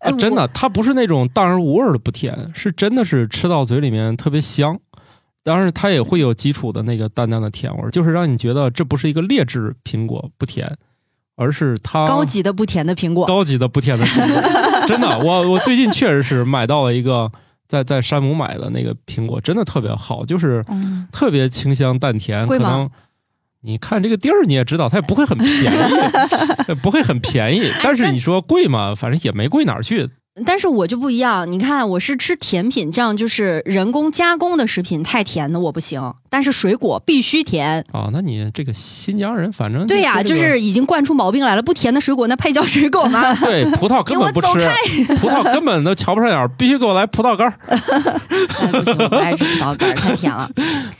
Speaker 1: 哎，
Speaker 2: 真的，它不是那种淡而无味儿的不甜，是真的是吃到嘴里面特别香。当然，它也会有基础的那个淡淡的甜味儿，就是让你觉得这不是一个劣质苹果不甜，而是它
Speaker 1: 高级的不甜的苹果，
Speaker 2: 高级的不甜的 苹果。真的，我我最近确实是买到了一个在在山姆买的那个苹果，真的特别好，就是
Speaker 3: 嗯
Speaker 2: 特别清香淡甜，
Speaker 1: 贵
Speaker 2: 可
Speaker 1: 吗
Speaker 2: 能你看这个地儿你也知道，它也不会很 便宜，不会很便宜。
Speaker 1: 哎
Speaker 2: 但是你说贵嘛，反正也没贵哪儿去。
Speaker 1: 但是我就不一样。你看，我是吃甜品，这样就是人工加工的食品太甜的我不行，但是水果必须甜。
Speaker 2: 啊，那你这个新疆人，反正
Speaker 1: 对呀、
Speaker 2: 这
Speaker 1: 就
Speaker 2: 个
Speaker 1: 是已经惯出毛病来了，不甜的水果那配叫水果吗？
Speaker 2: 对葡萄根本不吃
Speaker 1: 给我走，
Speaker 2: 葡萄根本都瞧不上眼儿，必须给我来葡萄干儿
Speaker 1: 哎、不行，我不爱吃葡萄干儿，太甜了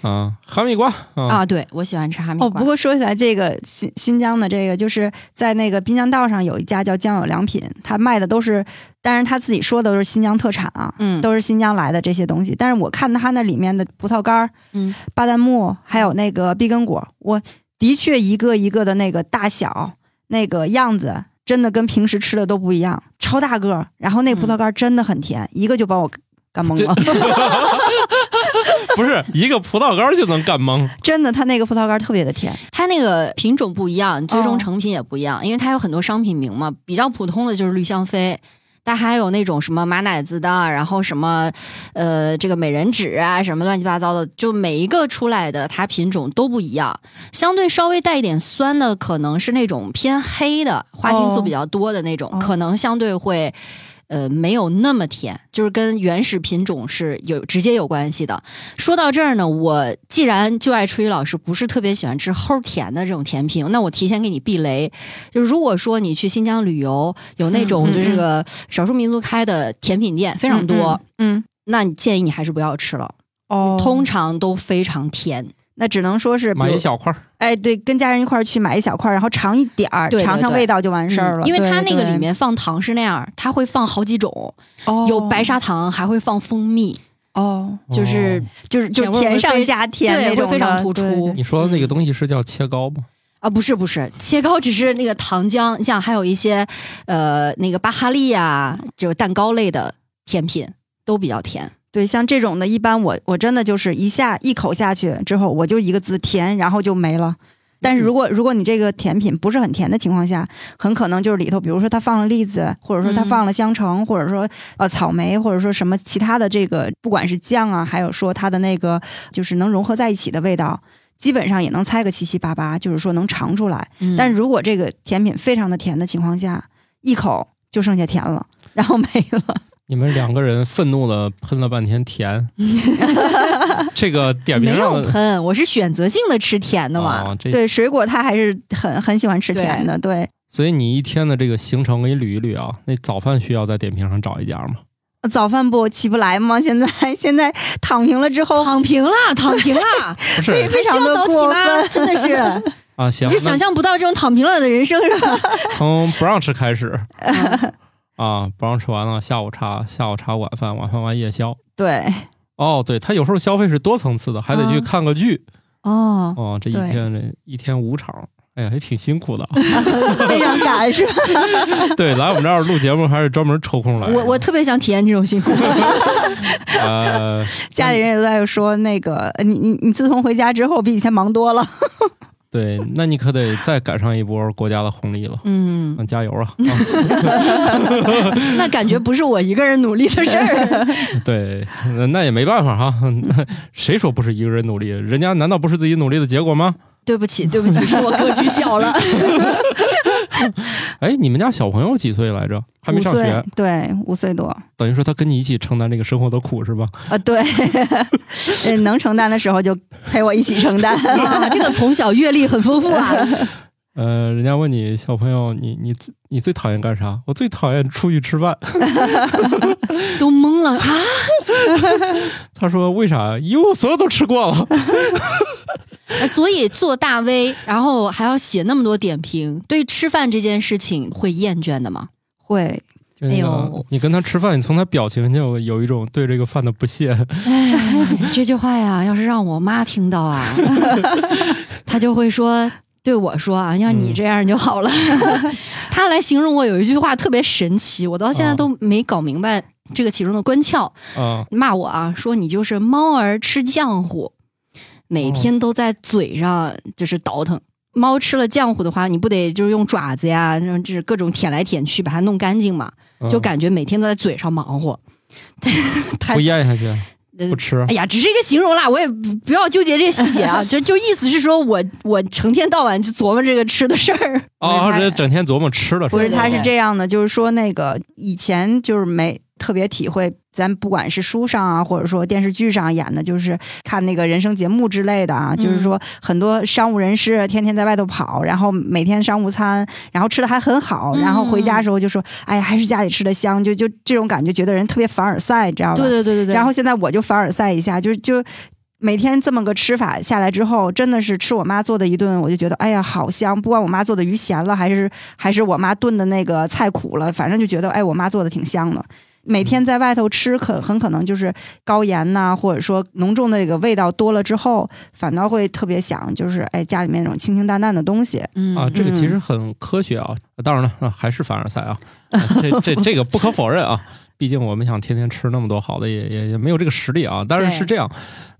Speaker 2: 啊，哈密瓜啊，
Speaker 1: 啊！对，我喜欢吃哈密瓜。
Speaker 3: 哦，不过说起来，这个新新疆的这个，就是在那个滨江道上有一家叫江友良品，他卖的都是，当然他自己说的都是新疆特产啊，
Speaker 1: 嗯，
Speaker 3: 都是新疆来的这些东西。但是我看他那里面的葡萄干儿、
Speaker 1: 嗯
Speaker 3: 巴旦木，还有那个碧根果，我的确一个一个的那个大小、那个样子，真的跟平时吃的都不一样，超大个儿。然后那葡萄干儿真的很甜，
Speaker 1: 嗯
Speaker 3: 一个就把我干懵了。
Speaker 2: 不是一个葡萄干儿就能 干懵。
Speaker 3: 真的，它那个葡萄干儿特别的甜。
Speaker 1: 它那个品种不一样，最终
Speaker 3: 哦
Speaker 1: 成品也不一样，因为它有很多商品名嘛。比较普通的就是绿香妃，但还有那种什么马奶子的，然后什么呃这个美人指啊，什么乱七八糟的，就每一个出来的它品种都不一样。相对稍微带一点酸的，可能是那种偏黑的，花青素比较多的那种，
Speaker 3: 哦
Speaker 1: 可能相对会。呃，没有那么甜，就是跟原始品种是有直接有关系的。说到这儿呢，我既然就爱初一老师不是特别喜欢吃齁甜的这种甜品，那我提前给你避雷。就如果说你去新疆旅游，有那种
Speaker 3: 嗯嗯
Speaker 1: 就是这个少数民族开的甜品店非常多，
Speaker 3: 嗯，
Speaker 1: 那你建议你还是不要吃了，
Speaker 3: 哦
Speaker 1: 通常都非常甜。
Speaker 3: 那只能说是比如
Speaker 2: 买一小块儿，
Speaker 3: 哎，对，跟家人一块儿去买一小块儿，然后尝一点儿，
Speaker 1: 对对
Speaker 3: 尝尝
Speaker 1: 对
Speaker 3: 味道就完事儿了。
Speaker 1: 嗯因为它
Speaker 3: 对
Speaker 1: 那个
Speaker 3: 对
Speaker 1: 里面放糖是那样，它会放好几种，
Speaker 3: 哦
Speaker 1: 有白砂糖，还会放蜂蜜，
Speaker 3: 哦，
Speaker 1: 就是嗯
Speaker 2: 哦
Speaker 3: 就是就
Speaker 1: 甜味儿
Speaker 3: 甜
Speaker 1: 会
Speaker 3: 上
Speaker 1: 非
Speaker 3: 加甜
Speaker 1: 对会
Speaker 3: 那种的，
Speaker 1: 非常突
Speaker 3: 对
Speaker 1: 出
Speaker 2: 你说的那个东西是叫切糕吗？
Speaker 1: 啊，不是不是，切糕只是那个糖浆，你像还有一些呃那个巴哈利呀、就是蛋糕类的甜品都比较甜。
Speaker 3: 对，像这种的，一般我我真的就是一下一口下去之后，我就一个字甜，然后就没了。但是
Speaker 1: 嗯
Speaker 3: 如果如果你这个甜品不是很甜的情况下，很可能就是里头，比如说它放了栗子，或者说它
Speaker 1: 嗯
Speaker 3: 放了香橙，或者说呃草莓，或者说什么其他的这个，不管是酱啊，还有说它的那个就是能融合在一起的味道，基本上也能猜个七七八八，就是说能尝出来。
Speaker 1: 嗯
Speaker 3: 但是如果这个甜品非常的甜的情况下，一口就剩下甜了， 然后没了。
Speaker 2: 你们两个人愤怒的喷了半 天甜，这个点名
Speaker 1: 没
Speaker 2: 上
Speaker 1: 有
Speaker 2: 的
Speaker 1: 喷，我是选择性的吃甜的嘛。
Speaker 2: 哦，这
Speaker 3: 对水果，他还是很很喜欢吃甜的。对，
Speaker 2: 所以你一天的这个行程给你捋一捋啊。那早饭需要在点评上找一家吗？
Speaker 3: 早饭不起不来吗？现在现在躺平了之
Speaker 2: 哦
Speaker 3: 后，
Speaker 1: 躺平了，躺平 了，
Speaker 2: 不是
Speaker 3: 非常
Speaker 1: 需要
Speaker 3: 的
Speaker 1: 早起
Speaker 3: 过
Speaker 1: 吗？
Speaker 3: 分。
Speaker 1: 真的是，
Speaker 2: 啊，行
Speaker 1: 你，是想
Speaker 2: 那
Speaker 1: 象不到这种躺平了的人生是吧？
Speaker 2: 从 brunch 开始
Speaker 1: 嗯
Speaker 2: 啊，brunch 完了，下午茶，下午茶晚饭，晚饭完夜宵。
Speaker 3: 对，
Speaker 2: 哦，对，他有时候消费是多层次的，还得去
Speaker 1: 嗯
Speaker 3: 啊
Speaker 2: 看个剧。
Speaker 1: 哦，
Speaker 2: 哦，这一
Speaker 3: 对
Speaker 2: 天这一天五场，哎呀，还挺辛苦的啊。
Speaker 3: 非常赶是吧？
Speaker 2: 对，来我们这儿录节目还是专门抽空来的。
Speaker 1: 我我特别想体验这种 辛苦。
Speaker 2: 呃，
Speaker 3: 家里人也都在说那个，呃你你你自从回家之后，比以前忙多了。
Speaker 2: 对，那你可得再赶上一波国家的红利了。
Speaker 1: 嗯，
Speaker 2: 那加油 啊！
Speaker 1: 那感觉不是我一个人努力的事 儿。
Speaker 2: 啊对，那那也没办法哈、 那谁说不是一个人努力？人家难道不是自己努力的结果吗？
Speaker 1: 对不起，对不起，是我格局小了。
Speaker 2: 哎，你们家小朋友几岁来着？还没上
Speaker 3: 五
Speaker 2: 学
Speaker 3: 岁，，对，五岁多。
Speaker 2: 等于说他跟你一起承担这个生活的苦是吧？
Speaker 3: 啊，对，呃能承担的时候就陪我一起承担。
Speaker 1: 啊，这个从小阅历很丰富 啊。
Speaker 2: 呃，人家问你小朋友，你你最你最讨厌干啥？我最讨厌出去吃饭。
Speaker 1: 都懵了啊！
Speaker 2: 他说为啥？因为我所有都吃过了。
Speaker 1: 所以做大 V，然后还要写那么多点评，对吃饭这件事情会厌倦的吗？
Speaker 3: 会，
Speaker 2: 就那个
Speaker 1: 哎呦
Speaker 2: 你跟他吃饭，你从他表情就有一种对这个饭的不屑。
Speaker 1: 哎，这句话呀，要是让我妈听到啊， 她就会说。对我说啊，要你这样就好了。 她来形容我有一句话特别神奇，我到现在都没搞明白这个其中的关窍。
Speaker 2: 啊、
Speaker 1: 骂我啊，说你就是猫儿吃浆糊，每
Speaker 2: 哦
Speaker 1: 天都在嘴上就是倒腾。猫吃了浆糊的话，你不得就是用爪子呀，然后就是各种舔来舔去把它弄干净嘛，
Speaker 2: 嗯
Speaker 1: 就感觉每天都在嘴上忙活。 他
Speaker 2: 不咽下去，
Speaker 1: 呃
Speaker 2: 不吃
Speaker 1: 哎。呀，只是一个形容啦，我也不不要纠结这细节 啊，就就意思是说我我成天到晚就琢磨这个吃的事 儿，
Speaker 2: 哦，
Speaker 3: 他
Speaker 2: 这整天琢磨吃了
Speaker 3: 不
Speaker 2: 吧
Speaker 3: 是，他
Speaker 1: 对
Speaker 3: 是这样的，就是说那个以前就是没特别体会，咱不管是书上啊，或者说电视剧上演的，就是看那个人生节目之类的啊，
Speaker 1: 嗯
Speaker 3: 就是说很多商务人士天天在外头跑，然后每天商务餐，然后吃的还很好，
Speaker 1: 嗯
Speaker 3: 然后回家的时候就说，哎呀，还是家里吃的香，就就这种感觉，觉得人特别凡尔赛，知道吧？
Speaker 1: 对对对对对。
Speaker 3: 然后现在我就凡尔赛一下，就就每天这么个吃法下来之后，真的是吃我妈做的一顿，我就觉得哎呀好香，不管我妈做的鱼咸了，还是还是我妈炖的那个菜苦了，反正就觉得哎我妈做的挺香的。每天在外头吃可很可能就是高盐呐、或者说浓重的那个味道多了之后，反倒会特别想就是哎家里面那种清清淡淡的东西。
Speaker 1: 嗯
Speaker 2: 啊，这个其实很科学啊。当然了，啊还是凡尔赛啊，啊这这这个不可否认啊。毕竟我们想天天吃那么多好的，也也也没有这个实力啊。但是
Speaker 1: 对
Speaker 2: 是这样，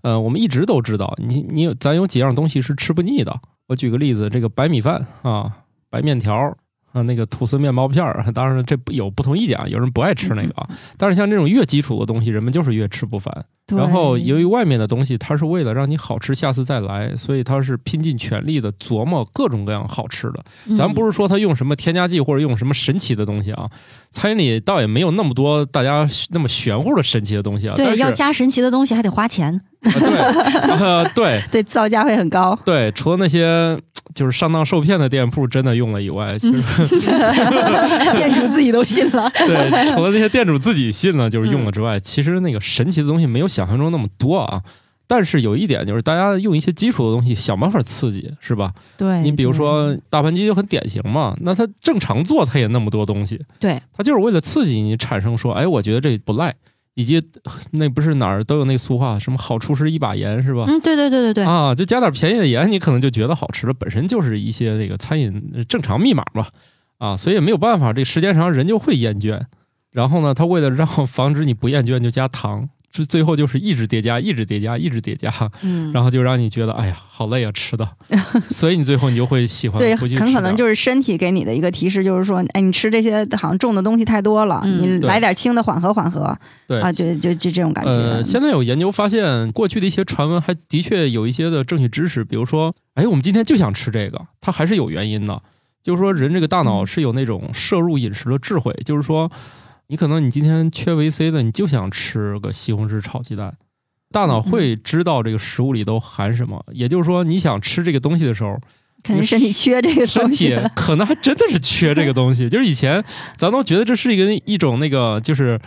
Speaker 2: 呃，我们一直都知道，你你有咱有几样东西是吃不腻的。我举个例子，这个白米饭啊，白面条啊，那个吐司面包片儿，当然了这不有不同意见啊，有人不爱吃那个啊。但是像这种越基础的东西，人们就是越吃不烦。
Speaker 3: 对
Speaker 2: 然后由于外面的东西，它是为了让你好吃，下次再来，所以它是拼尽全力的琢磨各种各样好吃的。
Speaker 1: 嗯
Speaker 2: 咱不是说它用什么添加剂或者用什么神奇的东西啊，餐饮里倒也没有那么多大家那么玄乎的神奇的东西啊。但
Speaker 1: 对
Speaker 2: 是
Speaker 1: 要加神奇的东西还得花 钱，
Speaker 2: 啊对、 啊对
Speaker 3: 对造价会很高。
Speaker 2: 对，除了那些就是上当受骗的店铺真的用了以外，其实、
Speaker 1: 店主自己都信了。
Speaker 2: 对，除了那些店主自己信了就是
Speaker 3: 嗯
Speaker 2: 用了之外，其实那个神奇的东西没有想象中那么多啊。但是有一点就是，大家用一些基础的东西想办法刺激，是吧？
Speaker 3: 哎对
Speaker 2: 你比如说大盘鸡就很典型嘛，那它正常做它也那么多东西，
Speaker 3: 对，
Speaker 2: 它就是为了刺激你产生说，哎，我觉得这不赖，以及那不是哪儿都有那俗话，什么好厨师一把盐是吧？
Speaker 1: 嗯，对对对对对，
Speaker 2: 啊，就加点便宜的盐，你可能就觉得好吃了，本身就是一些这个餐饮呃正常密码吧，啊，所以也没有办法，这时间长人就会厌倦。然后呢，他为了让防止你不厌倦，就加糖，最最后就是一直叠加，一直叠加，一直叠加，
Speaker 1: 嗯，
Speaker 2: 然后就让你觉得哎呀好累啊， 吃的，所以你最后你就会喜欢
Speaker 3: 对，
Speaker 2: 回去
Speaker 3: 很
Speaker 2: 吃
Speaker 3: 可能
Speaker 2: 点
Speaker 3: 就是身体给你的一个提示，就是说，哎，你吃这些好像重的东西太多了，
Speaker 1: 嗯
Speaker 3: 你
Speaker 2: 对
Speaker 3: 来点轻的缓和缓和
Speaker 2: 对
Speaker 3: 啊，就就就这种感觉。啊
Speaker 2: 呃，现在有研究发现，过去的一些传闻还的确有一些的证据支持，比如说，哎，我们今天就想吃这个，它还是有原因的。就是说，人这个大
Speaker 3: 嗯
Speaker 2: 脑是有那种摄入饮食的智慧，就是说，你可能你今天缺维 C 的，你就想吃个西红柿炒鸡蛋，大脑会知道这个食物里都含什么。也就是说，你想吃这个东西的 时候，
Speaker 3: 肯定身体缺这个
Speaker 2: 身
Speaker 3: 东西
Speaker 2: 体
Speaker 3: 了，
Speaker 2: 可能还真的是缺这个东西。就是以前咱都觉得这是一个一种那个，就是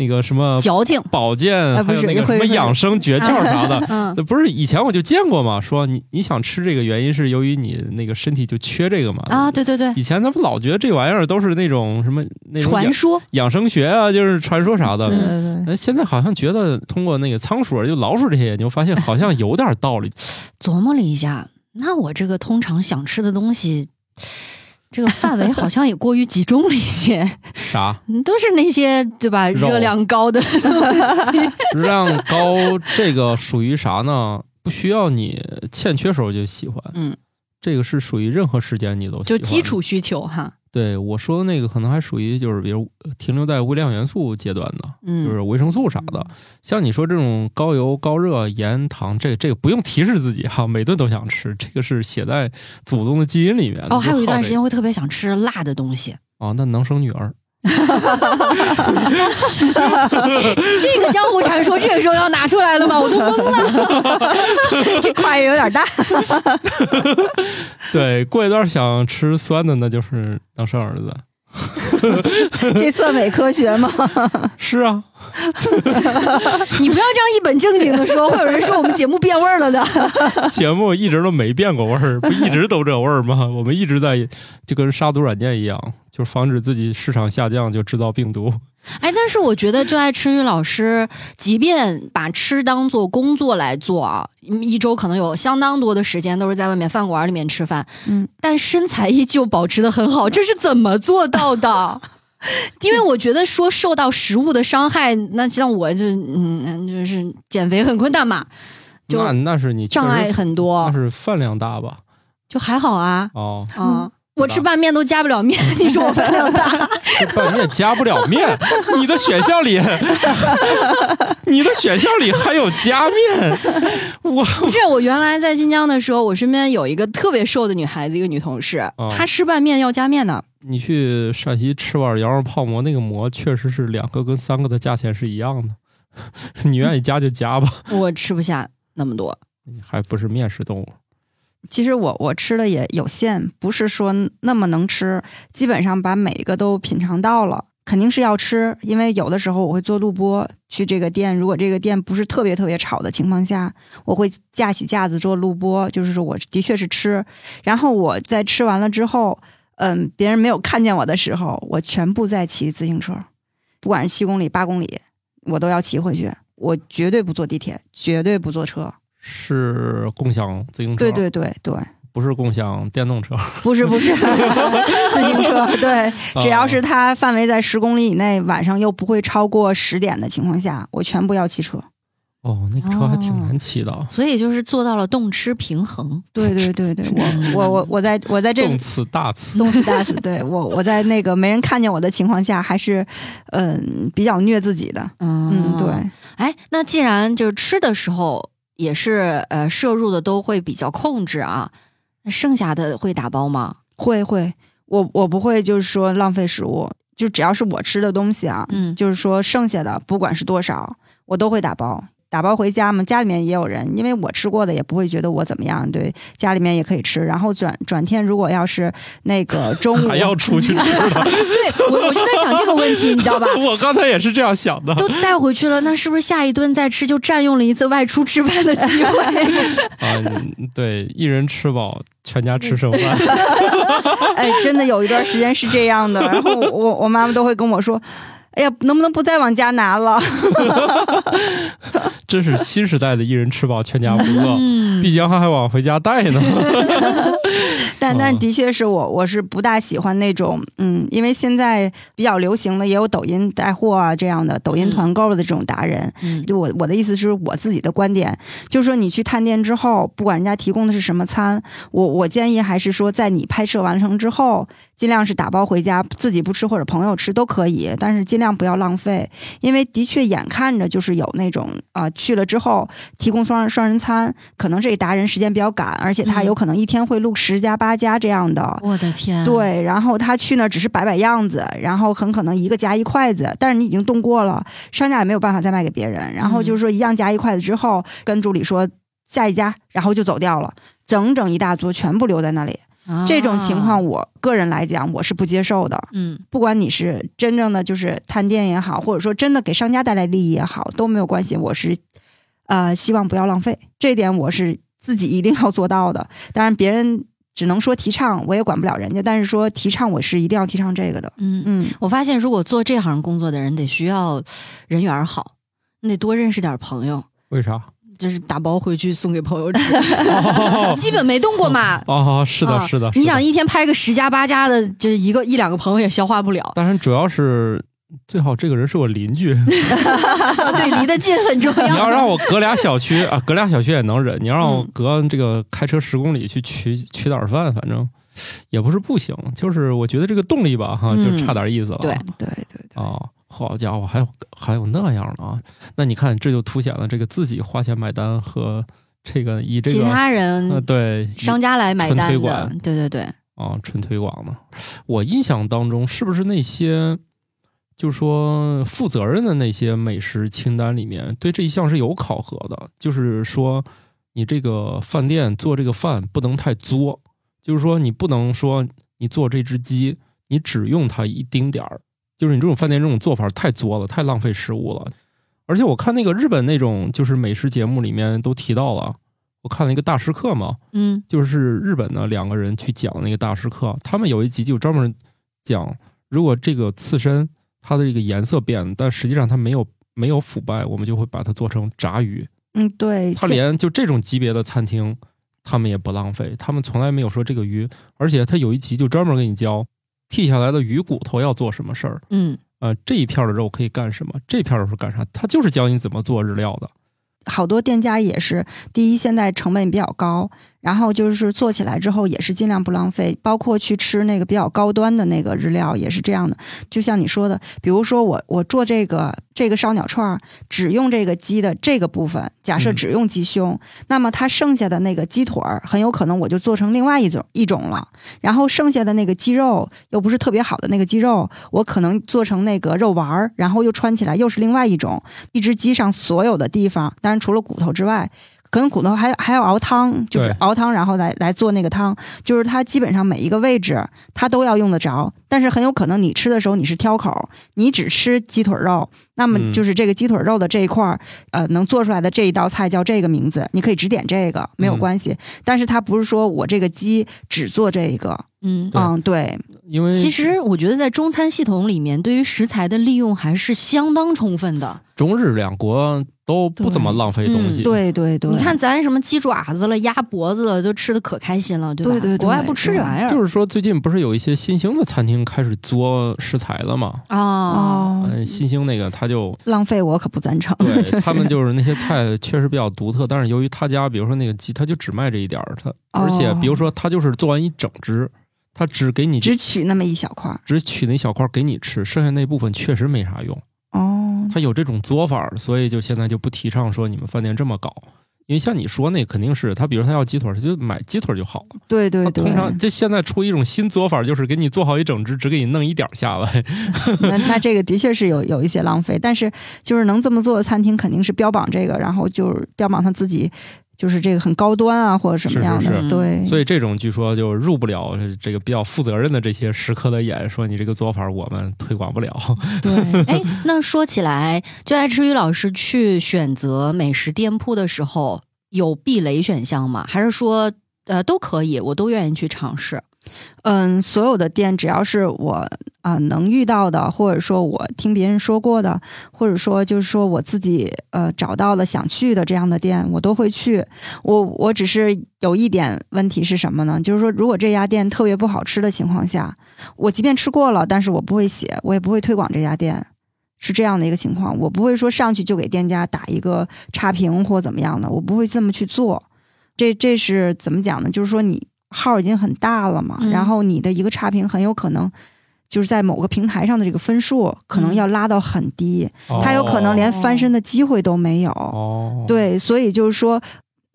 Speaker 2: 那个什么
Speaker 1: 矫情，
Speaker 2: 保健，
Speaker 3: 啊不
Speaker 2: 还有
Speaker 3: 是
Speaker 2: 那个
Speaker 3: 会
Speaker 2: 什么
Speaker 3: 会
Speaker 2: 养生诀窍啥的。
Speaker 1: 嗯，
Speaker 2: 那不是以前我就见过嘛，说你你想吃这个原因是由于你那个身体就缺这个嘛
Speaker 1: 啊，。对对对，
Speaker 2: 以前他们老觉得这玩意儿都是那种什么那种
Speaker 1: 传
Speaker 2: 养
Speaker 1: 说，嗯
Speaker 2: 养生学啊，就是传说啥
Speaker 3: 对
Speaker 2: 的。
Speaker 3: 对对，
Speaker 2: 哎，现在好像觉得通过那个仓鼠就老鼠这些研究，发现好像有点道理。
Speaker 1: 琢磨了一下，那我这个通常想吃的东西。这个范围好像也过于集中了一些，
Speaker 2: 啥
Speaker 1: 嗯都是那些对吧？
Speaker 2: 肉
Speaker 1: 热量高的东西。
Speaker 2: 让高这个属于啥呢？不需要你欠缺时候就喜欢，
Speaker 1: 嗯，
Speaker 2: 这个是属于任何时间你都喜
Speaker 1: 就
Speaker 2: 欢
Speaker 1: 基
Speaker 2: 的
Speaker 1: 础需求哈，
Speaker 2: 对我说的那个，可能还属于就是比如呃停留在微量元素阶段的，就
Speaker 1: 嗯，
Speaker 2: 是维生素啥的。像你说这种高油、高热、盐、糖，这这个不用提示自己哈，每顿都想吃，这个是写在祖宗的基因里面的。
Speaker 1: 哦，还有一段时
Speaker 2: 就
Speaker 1: 间会特别想吃辣的东西，
Speaker 2: 靠这个啊，那能生女儿，
Speaker 1: 这个江湖传说这个时候要拿出来了吗？我都懵了。
Speaker 3: 这跨越有点大。
Speaker 2: 对，过一段想吃酸的，那就是当生儿子。
Speaker 3: 这算伪科学吗？
Speaker 2: 是啊，
Speaker 1: 你不要这样一本正经的说，会有人说我们节目变味儿了的。
Speaker 2: 节目一直都没变过味儿，不一直都这味儿吗？我们一直在就跟杀毒软件一样，就是防止自己市场下降，就制造病毒。
Speaker 1: 哎，但是我觉得就爱吃鱼老师，即便把吃当做工作来做啊，一周可能有相当多的时间都是在外面饭馆里面吃饭，
Speaker 3: 嗯，
Speaker 1: 但身材依旧保持的很好，这是怎么做到的？ 因为我觉得说受到食物的伤害，那像我就嗯，就是减肥很困难嘛，就
Speaker 2: 那那是你确实
Speaker 1: 障碍很多
Speaker 3: 哦
Speaker 2: 那，是饭量大吧？
Speaker 1: 就还好啊，
Speaker 2: 哦，
Speaker 1: 啊，我吃拌面都加不了面， 你说我饭量大？
Speaker 2: 这拌面加不了面， 你的选项里， 你的选项里还有加面，我
Speaker 1: 不 是，我原来在新疆的时候，我身边有一个特别瘦的女孩子，一个女同事，
Speaker 2: 哦
Speaker 1: 她吃拌面要加面呢。
Speaker 2: 你去陕西吃碗羊肉泡馍，那个馍确实是两个跟三个的价钱是一样的， 你愿意加就加吧，
Speaker 1: 我吃不下那么多。
Speaker 2: 你还不是面食动物。
Speaker 3: 其实我我吃的也有限，不是说那么能吃，基本上把每一个都品尝到了。肯定是要吃，因为有的时候我会做录播，去这个店。如果这个店不是特别特别吵的情况下，我会架起架子做录播，就是说我的确是吃。然后我在吃完了之后，嗯，别人没有看见我的时候，我全部在骑自行车，不管是七公里、八公里，我都要骑回去。我绝对不坐地铁，绝对不坐车。
Speaker 2: 是共享自行车，
Speaker 3: 对对对对。
Speaker 2: 不是共享电动车。
Speaker 3: 不是 不是，自行车对，只要是它范围在十公里以内，晚上又不会超过十点的情况下，我全部要骑车。
Speaker 2: 哦，那个车还挺
Speaker 3: 哦
Speaker 2: 难骑的啊，
Speaker 1: 所以就是做到了动吃平衡。
Speaker 3: 对对对对， 我我我我在我在这
Speaker 2: 动次打次。
Speaker 3: 动次 打次，对我我在那个没人看见我的情况下，还是嗯比较虐自己的。嗯，对。
Speaker 1: 哎，那既然就是吃的时候也是呃摄入的都会比较控制啊，那剩下的会打包吗？
Speaker 3: 会会，我我不会就是说浪费食物，就只要是我吃的东西啊，
Speaker 1: 嗯
Speaker 3: 就是说剩下的不管是多少，我都会打包。打包回家嘛，家里面也有人，因为我吃过的也不会觉得我怎么样，对，家里面也可以吃。然后转转天如果要是那 个中午
Speaker 2: 还要出去 吃的，
Speaker 1: 对我我就在想这个问题，你知 道吧？
Speaker 2: 我刚才也是这样想的
Speaker 1: 都带回去了，那是不是下一顿再吃就占用了一次外出吃饭的机会？
Speaker 2: 啊。对，一人吃饱，全家吃剩饭。
Speaker 1: 嗯
Speaker 3: 哎，真的有一段时间是这样的，然后我我我妈妈都会跟我说。哎呀，能不能不再往家拿了？
Speaker 2: 这是新时代的一人吃饱全家不饿，
Speaker 1: 嗯，
Speaker 2: 毕竟还还往回家带呢。
Speaker 3: 但但
Speaker 2: 哦
Speaker 3: 的确是我，我是不大喜欢那种，嗯，因为现在比较流行的也有抖音带货啊这样的抖音
Speaker 1: 嗯
Speaker 3: 团购的这种达人。
Speaker 1: 嗯
Speaker 3: 就我我的意思是我自己的观点，就是说你去探店之后，不管人家提供的是什么餐，我我建议还是说，在你拍摄完成之后，尽量是打包回家，自己不吃或者朋友吃都可以，但是尽量不要浪费，因为的确眼看着就是有那种啊、呃去了之后提供双人双人餐，可能这个达人时间比较赶，而且他
Speaker 1: 嗯
Speaker 3: 有可能一天会录十家八家这样的，
Speaker 1: 我的天，，
Speaker 3: 对，然后他去那儿只是摆摆样子，然后很可能一个夹一筷子，但是你已经动过了，商家也没有办法再卖给别人。然后就是说一样夹一筷子之后，跟助理说下一家，然后就走掉了，整整一大桌全部留在那里。
Speaker 1: 啊、
Speaker 3: 这种情况，，我个人来讲我是不接受的。
Speaker 1: 嗯
Speaker 3: 不管你是真正的就是探店也好，或者说真的给商家带来利益也好，都没有关系。我是呃，希望不要浪费，这一点我是自己一定要做到的。当然，别人只能说提倡，我也管不了人家，但是说提倡我是一定要提倡这个的。
Speaker 1: 嗯，
Speaker 3: 嗯，
Speaker 1: 我发现如果做这行工作的人，得需要人缘好，你得多认识点朋友，
Speaker 2: 为啥？
Speaker 1: 就是打包回去送给朋 友吃，
Speaker 2: 哦
Speaker 1: 基本没动过嘛。
Speaker 2: 哦， 是
Speaker 1: 啊
Speaker 2: 的，是的。
Speaker 1: 你
Speaker 2: 是的。
Speaker 1: 想一天拍个十家八家的，就是一个一两个朋友也消化不了
Speaker 2: 当然主要是最好这个人是我 邻居。你
Speaker 1: 啊对，离得近很重要。
Speaker 2: 要让我隔俩小区啊，隔俩小区也能忍。你要让我
Speaker 1: 嗯
Speaker 2: 隔这个开车十公里去取取点儿饭，反正也不是不行。就是我觉得这个动力吧，哈，就
Speaker 1: 嗯
Speaker 2: 差点意思了。啊
Speaker 1: 对
Speaker 3: 对对
Speaker 2: 哦，好家伙，还有还有那样的啊！那你看，这就凸显了这个自己花钱买单和这个以这
Speaker 1: 其
Speaker 2: 个
Speaker 1: 他
Speaker 2: 呃
Speaker 1: 人
Speaker 2: 对
Speaker 1: 商家来买
Speaker 2: 纯推
Speaker 1: 单的
Speaker 2: 广，
Speaker 1: 对对对，
Speaker 2: 啊，纯推广的。我印象当中，是不是那些就说负责任的那些美食清单里面，对这一项是有考核的？就是说，你这个饭店做这个饭不能太作，就是说你不能说你做这只鸡，你只用它一丁点儿，就是你这种饭店这种做法太作了，太浪费食物了。而且我看那个日本那种就是美食节目里面都提到了，我看了一个大师课嘛，
Speaker 1: 嗯
Speaker 2: 就是日本的两个人去讲那个大师课，他们有一集就专门讲，如果这个刺身它的这个颜色变了，但实际上它没有没有腐败，我们就会把它做成炸鱼。
Speaker 3: 嗯对，
Speaker 2: 他连就这种级别的餐厅，他们也不浪费，他们从来没有说这个鱼，而且他有一集就专门给你教剔下来的鱼骨头要做什么事儿，
Speaker 1: 嗯，
Speaker 2: 呃，这一片儿的肉可以干什么，这片儿的肉是干啥，他就是教你怎么做日料的。
Speaker 3: 好多店家也是，第一现在成本比较高，然后就是做起来之后也是尽量不浪费，包括去吃那个比较高端的那个日料也是这样的。就像你说的，比如说我我做这个这个烧鸟串儿，只用这个鸡的这个部分，假设
Speaker 2: 嗯
Speaker 3: 只用鸡胸，那么它剩下的那个鸡腿儿很有可能我就做成另外一种一种了，然后剩下的那个鸡肉又不是特别好的那个鸡肉，我可能做成那个肉丸儿，然后又穿起来又是另外一种，一只鸡上所有的地方，当然除了骨头之外，可能骨头还还要熬汤，就是
Speaker 2: 对
Speaker 3: 熬汤，然后来来做那个汤，就是它基本上每一个位置它都要用得着，但是很有可能你吃的时候你是挑口，你只吃鸡腿肉，那么
Speaker 2: 嗯
Speaker 3: 就是这个鸡腿肉的这一块儿，呃，能做出来的这一道菜叫这个名字，你可以只点这个没有
Speaker 2: 嗯
Speaker 3: 关系，但是它不是说我这个鸡只做这一个，
Speaker 1: 嗯，
Speaker 2: 对
Speaker 3: 嗯，对，
Speaker 2: 因为
Speaker 1: 其实我觉得在中餐系统里面，对于食材的利用还是相当充分的。
Speaker 2: 中日两国都不怎么浪费东
Speaker 1: 嗯
Speaker 2: 西。
Speaker 3: 对对对，
Speaker 1: 你看咱什么鸡爪子了、鸭脖子了，都吃的可开心了，对吧？
Speaker 3: 对对对
Speaker 1: 国外不吃这
Speaker 3: 嗯
Speaker 1: 玩意儿
Speaker 2: 就是说，最近不是有一些新兴的餐厅开始做食材了嘛？
Speaker 1: 哦，
Speaker 3: 哦，
Speaker 2: 嗯，新兴那个 他就
Speaker 3: 浪费我可不赞成。
Speaker 2: 对他们就是那些菜确实比较独特，但是由于他家比如说那个鸡，他就只卖这一点儿，他而且
Speaker 3: 哦
Speaker 2: 比如说他就是做完一整只，他只给你
Speaker 3: 只取那么一小块儿。
Speaker 2: 只取那小块儿给你吃，剩下那部分确实没啥用。
Speaker 3: 哦，
Speaker 2: 他有这种做法儿，所以就现在就不提倡说你们饭店这么搞。因为像你说那肯定是他，比如他要鸡腿儿，他就买鸡腿儿就好了。
Speaker 3: 对对
Speaker 2: 他
Speaker 3: 对，
Speaker 2: 哦通常就现在出一种新做法儿，就是给你做好一整只，只给你弄一点儿下来。
Speaker 3: 那那这个的确是有有一些浪费，但是就是能这么做的餐厅肯定是标榜这个，然后就是标榜他自己就是这个很高端啊或者什么样的，
Speaker 2: 是
Speaker 1: 是是
Speaker 3: 对，
Speaker 2: 所以这种据说就入不了这个比较负责任的这些食客的眼，说你这个做法儿我们推广不了。
Speaker 3: 对
Speaker 1: 哎，那说起来，就爱吃鱼老师去选择美食店铺的时候，有避雷选项吗？还是说，呃，都可以，我都愿意去尝试？
Speaker 3: 嗯，所有的店只要是我啊、能遇到的，或者说我听别人说过的，或者说就是说我自己呃找到了想去的这样的店，我都会去。我我只是有一点问题是什么呢？就是说如果这家店特别不好吃的情况下，我即便吃过了，但是我不会写，我也不会推广这家店。是这样的一个情况，我不会说上去就给店家打一个差评或怎么样的，我不会这么去做。这这是怎么讲呢？就是说你号已经很大了嘛，
Speaker 1: 嗯
Speaker 3: 然后你的一个差评很有可能就是在某个平台上的这个分数可能要拉到很低， 他有可能连翻身的机会都没有。
Speaker 2: 哦，
Speaker 3: 对，所以就是说，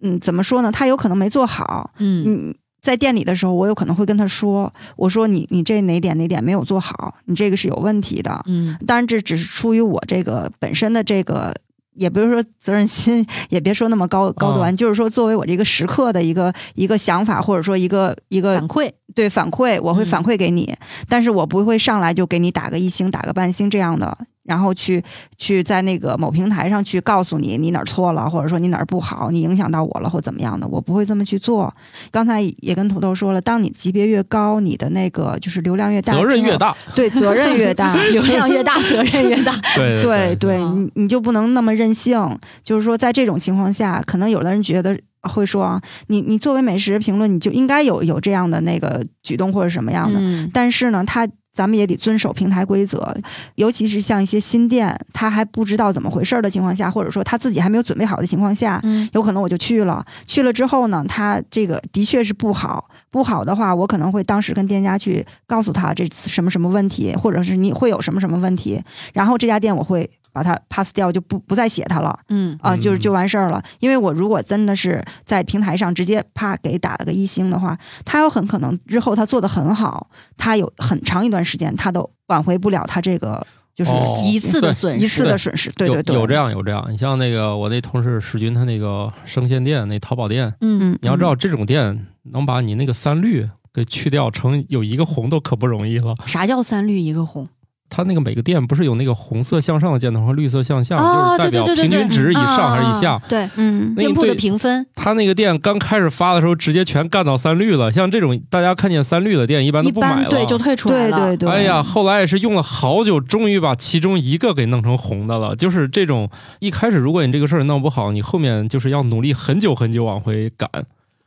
Speaker 3: 嗯，怎么说呢？他有可能没做好，
Speaker 1: 嗯，
Speaker 3: 嗯，在店里的时候，我有可能会跟他说：“我说你你这哪点哪点没有做好，你这个是有问题的。
Speaker 1: 嗯，”
Speaker 3: 当然，这只是出于我这个本身的这个，也不是说责任心，也别说那么高高端，就是说作为我这个食客的一个一个想法，或者说一个一个
Speaker 1: 反馈，
Speaker 3: 对反馈，我会
Speaker 1: 嗯
Speaker 3: 反馈给你，但是我不会上来就给你打个一星、打个半星这样的，然后去去在那个某平台上去告诉你你哪儿错了，或者说你哪儿不好，你影响到我了或怎么样的，我不会这么去做。刚才也跟土豆说了，当你级别越高，你的那个就是流量越大，
Speaker 2: 责任越，大，
Speaker 3: 对，责任越 大，
Speaker 1: 流量越大，责任越 大。
Speaker 2: 对
Speaker 3: 对
Speaker 2: 对
Speaker 3: 对，你你就不能那么任性。就是说，在这种情况下，可能有的人觉得会说啊，你你作为美食评论，你就应该有有这样的那个举动或者什么样的。
Speaker 1: 嗯，
Speaker 3: 但是呢，他咱们也得遵守平台规则，尤其是像一些新店，他还不知道怎么回事儿的情况下，或者说他自己还没有准备好的情况下，
Speaker 1: 嗯
Speaker 3: 有可能我就去了。去了之后呢，他这个的确是不好，不好的话，我可能会当时跟店家去告诉他这次什么什么问题，或者是你会有什么什么问题，然后这家店我会把它 pass 掉，就不不再写它了。
Speaker 1: 嗯
Speaker 3: 啊，就是
Speaker 2: 嗯
Speaker 3: 就完事儿了。因为我如果真的是在平台上直接啪给打了个一星的话，他有很可能日后他做的很好，他有很长一段时间他都挽回不了他这个就是
Speaker 2: 哦
Speaker 1: 一次的
Speaker 2: 对
Speaker 1: 损失，
Speaker 3: 一次的损失。对对对，
Speaker 2: 有有这样有这样。你像那个我那同事史军，他那个生鲜店那淘宝店，
Speaker 1: 嗯，
Speaker 3: 嗯，嗯，
Speaker 2: 你要知道这种店能把你那个三绿给去掉成有一个红都可不容易了。
Speaker 1: 啥叫三绿一个红？
Speaker 2: 他那个每个店不是有那个红色向上的箭头和绿色向下，
Speaker 1: 哦，
Speaker 2: 就是
Speaker 1: 对对
Speaker 2: 代表
Speaker 1: 对对
Speaker 2: 平
Speaker 1: 对，
Speaker 2: 均值以上还是以
Speaker 1: 啊
Speaker 2: 下
Speaker 1: 啊。啊对，
Speaker 3: 嗯，
Speaker 2: 那
Speaker 1: 店
Speaker 2: 你
Speaker 1: 铺的
Speaker 2: 对
Speaker 1: 评分
Speaker 2: 他那个店刚开始发的时候，直接全干到三绿了。像这种大家看见三绿的店，一般
Speaker 1: 一
Speaker 2: 都不买
Speaker 1: 般
Speaker 2: 了。
Speaker 1: 对就退出来
Speaker 3: 对
Speaker 1: 了。
Speaker 3: 对对，
Speaker 2: 哎呀，，后来也是用了好久，终于把其中一个给弄成红的了。就是这种，一开始如果你这个事儿弄不好，你后面就是要努力很久很久往回赶。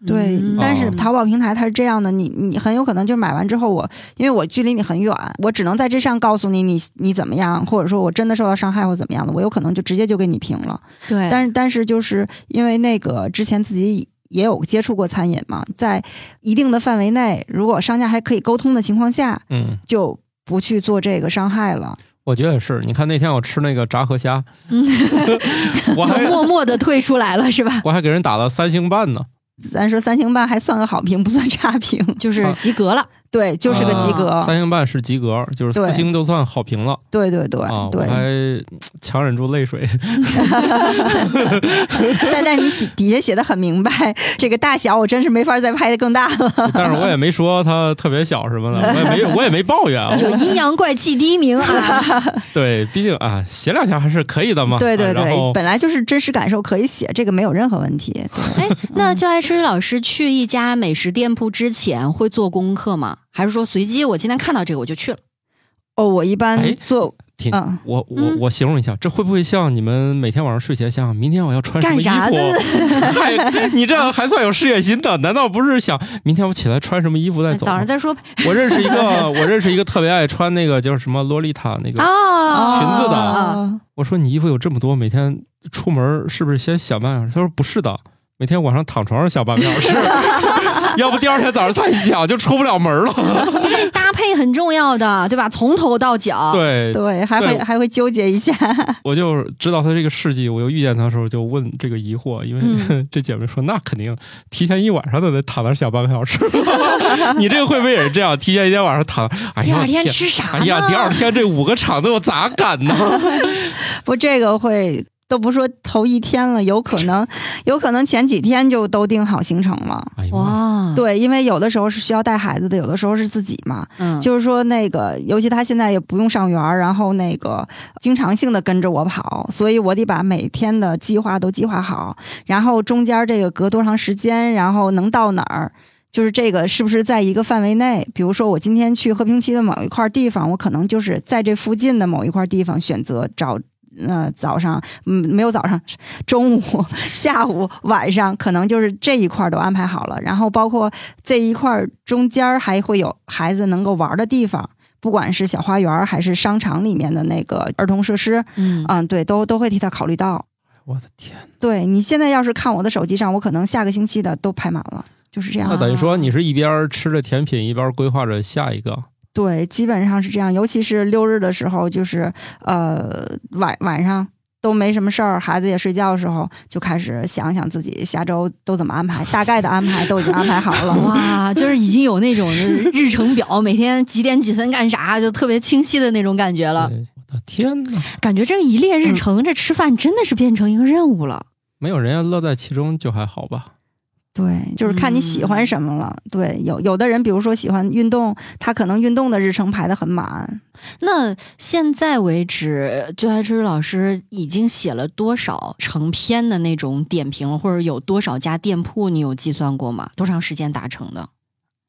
Speaker 3: 对
Speaker 1: 嗯，
Speaker 3: 但是
Speaker 2: 哦
Speaker 3: 淘宝平台它是这样的，你你很有可能就买完之后我，因为我距离你很远，我只能在这上告诉你你你怎么样，或者说我真的受到伤害或怎么样的，我有可能就直接就给你评了。
Speaker 1: 对，
Speaker 3: 但是但是就是因为那个之前自己也有接触过餐饮嘛，在一定的范围内，如果商家还可以沟通的情况下，
Speaker 2: 嗯，
Speaker 3: 就不去做这个伤害了。
Speaker 2: 我觉得也是。你看那天我吃那个炸河 虾，我
Speaker 1: 就
Speaker 2: 还
Speaker 1: 默默的退出来了，是吧？
Speaker 2: 我还给人打了三星半呢。
Speaker 3: 咱说三星半还算个好评，不算差评，
Speaker 2: 啊
Speaker 1: 就是及格了。
Speaker 3: 对，就是个及
Speaker 1: 啊
Speaker 3: 格，
Speaker 2: 三星半是及格，就是四
Speaker 3: 对
Speaker 2: 星都算好评了
Speaker 3: 对对对、
Speaker 2: 啊！我
Speaker 3: 对。
Speaker 2: 还嗯强忍住 泪水。
Speaker 3: 但但你写底下写的很明白，这个大小我真是没法再拍的更大了。
Speaker 2: 但是我也没说它特别小什么的，我也没哦我也没抱 怨。
Speaker 1: 就阴阳怪气第一名啊！
Speaker 2: 对，毕竟啊，写两下还是可以的嘛。
Speaker 3: 对对
Speaker 2: 啊然
Speaker 3: 对，
Speaker 2: 后
Speaker 3: 本来就是真实感受可以写，这个没有任何问题。
Speaker 1: 哎，那就爱吃鱼老师去一家美食店铺之前会做功课吗？还是说随机我今天看到这个我就去了？
Speaker 3: 哦，我一
Speaker 2: 哎
Speaker 3: 般做
Speaker 2: 挺
Speaker 3: 嗯，
Speaker 2: 我我
Speaker 1: 嗯
Speaker 2: 我形容一下，这会不会像你们每天晚上睡前想想明天我要穿什么
Speaker 1: 干
Speaker 2: 衣
Speaker 1: 啥的
Speaker 2: 服？嗨，你这还算有事业心的？难道不是想明天我起来穿什么衣服再走吗？
Speaker 1: 早上再说呗。
Speaker 2: 我认识一个， 我认识一个特别爱穿那个叫什么洛丽塔那个。
Speaker 1: 啊，
Speaker 2: 裙子的
Speaker 1: 啊
Speaker 3: 哦
Speaker 2: 我说你衣服有这么多，每天出门是不是先想半小时？他说不是的，每天晚上躺床上想半个小 时，要不第二天早上再想就出不了门了。
Speaker 1: 哦搭配很重要的，对吧？从头到脚，
Speaker 3: 啊
Speaker 2: 嗯对，
Speaker 3: 对，还会
Speaker 2: 对
Speaker 3: 还会纠结一下，
Speaker 2: 我就知道他这个事迹，我又遇见他的时候就问这个疑惑，因为、
Speaker 1: 嗯
Speaker 2: 这姐妹说那肯定提前一晚上都得躺那儿想半个 小时， 你这个会不会也是这样？提前一天晚上躺，哎
Speaker 1: 第
Speaker 2: 呀
Speaker 1: 二天吃啥
Speaker 2: 哎呀，第二
Speaker 1: 呢？
Speaker 2: 天这五个场子我咋敢 呢？
Speaker 3: 不，这个会都不说头一天了，有可 能，有可能前几天就都定好行程了。
Speaker 2: 哎呀妈呀，
Speaker 1: 哇，
Speaker 3: 对，因为有的时候是需要带孩子的，有的时候是自己嘛。
Speaker 1: 嗯，
Speaker 3: 就是说，那个，尤其他现在也不用上园儿，然后那个经常性的跟着我跑，所以我得把每天的计划都计划好，然后中间这个隔多长时间，然后能到哪儿，就是这个是不是在一个范围内？比如说，我今天去和平区的某一块地方，我可能就是在这附近的某一块地方选择找。呃，早上，嗯，没有早上， 中午、下午、晚上，可能就是这一块儿都安排好了。然后包括这一块儿中间儿还会有孩子能够玩儿的地方，不管是小花园儿还是商场里面的那个儿童设施，
Speaker 1: 嗯
Speaker 3: 嗯，对，都都会替他考虑到。
Speaker 2: 我的天！
Speaker 3: 对你现在要是看我的手机上，我可能下个星期的都排满了，就是这样。
Speaker 2: 那等于说你是一边吃着甜品，一边规划着下一个。
Speaker 3: 对，基本上是这样，尤其是六日的时候，就是呃晚晚上都没什么事儿，孩子也睡觉的时候，就开始想想自己下周都怎么安排，大概的安排都已经安排好 了。
Speaker 1: 哇，就是已经有那 种就是日程表，每天几点几分干啥，就特别清晰的那种感觉了。
Speaker 2: 对哎我的天哪！
Speaker 1: 感觉这一列日程，这吃饭真的是变成一个任务了。
Speaker 2: 没有人家乐在其中就还好吧？
Speaker 3: 对，就是看你喜欢什么了。对，有有的人，比如说喜欢运动，他可能运动的日程排得很满。
Speaker 1: 那现在为止，就爱之老师已经写了多少成篇的那种点评，或者有多少家店铺，你有计算过吗？多长时间达成的？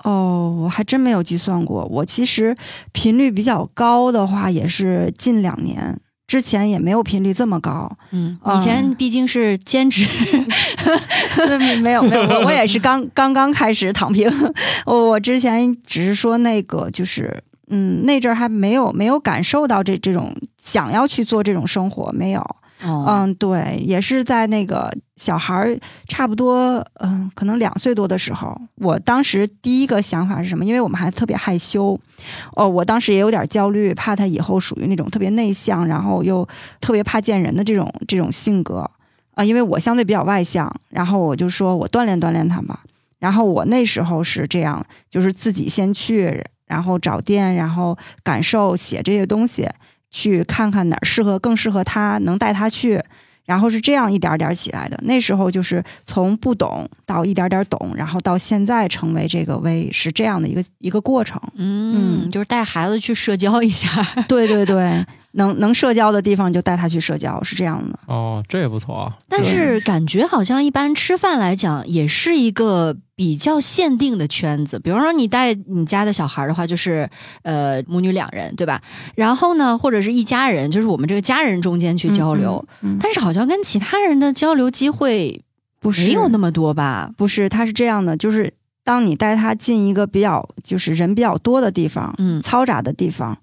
Speaker 3: 哦，我还真没有计算过。我其实频率比较高的话，也是近两年，之前也没有频率这么高。
Speaker 1: 嗯，
Speaker 3: 嗯
Speaker 1: 以前毕竟是兼职，
Speaker 3: 对，没没有没有，我我也是刚刚刚开始躺平。 我我之前只是说那个就是。嗯，那阵儿还没有没有感受到这这种想要去做这种生活，没有。
Speaker 1: 哦，
Speaker 3: 嗯，对，也是在那个小孩儿差不多，嗯，可能两岁多的时候，我当时第一个想法是什么？因为我们还特别害羞，哦，我当时也有点焦虑，怕他以后属于那种特别内向，然后又特别怕见人的这种这种性格啊、因为我相对比较外向，然后我就说我锻炼锻炼他吧。然后我那时候是这样，就是自己先去，然后找店，然后感受写这些东西，去看看哪儿适合，更适合他，能带他去。然后是这样一点儿点儿起来的。那时候就是从不懂到一点儿点儿懂，然后到现在成为这个微是这样的一个一个过程。
Speaker 1: 嗯，
Speaker 3: 嗯
Speaker 1: 就是带孩子去社交一下。
Speaker 3: 对对对，能能社交的地方就带他去社交，是这样的。
Speaker 2: 哦，这也不错啊。
Speaker 1: 但
Speaker 2: 对
Speaker 1: 是感觉好像一般吃饭来讲，也是一个比较限定的圈子。比方说，你带你家的小孩儿的话，就是呃母女两人，对吧？然后呢，或者是一家人，就是我们这个家人中间去交流。
Speaker 3: 嗯，嗯嗯
Speaker 1: 但是好像跟其他人的交流机会
Speaker 3: 不是
Speaker 1: 没有那么多吧？
Speaker 3: 不是，他是这样的，就是当你带他进一个比较就是人比较多的地方，
Speaker 1: 嗯
Speaker 3: 嘈杂的地方，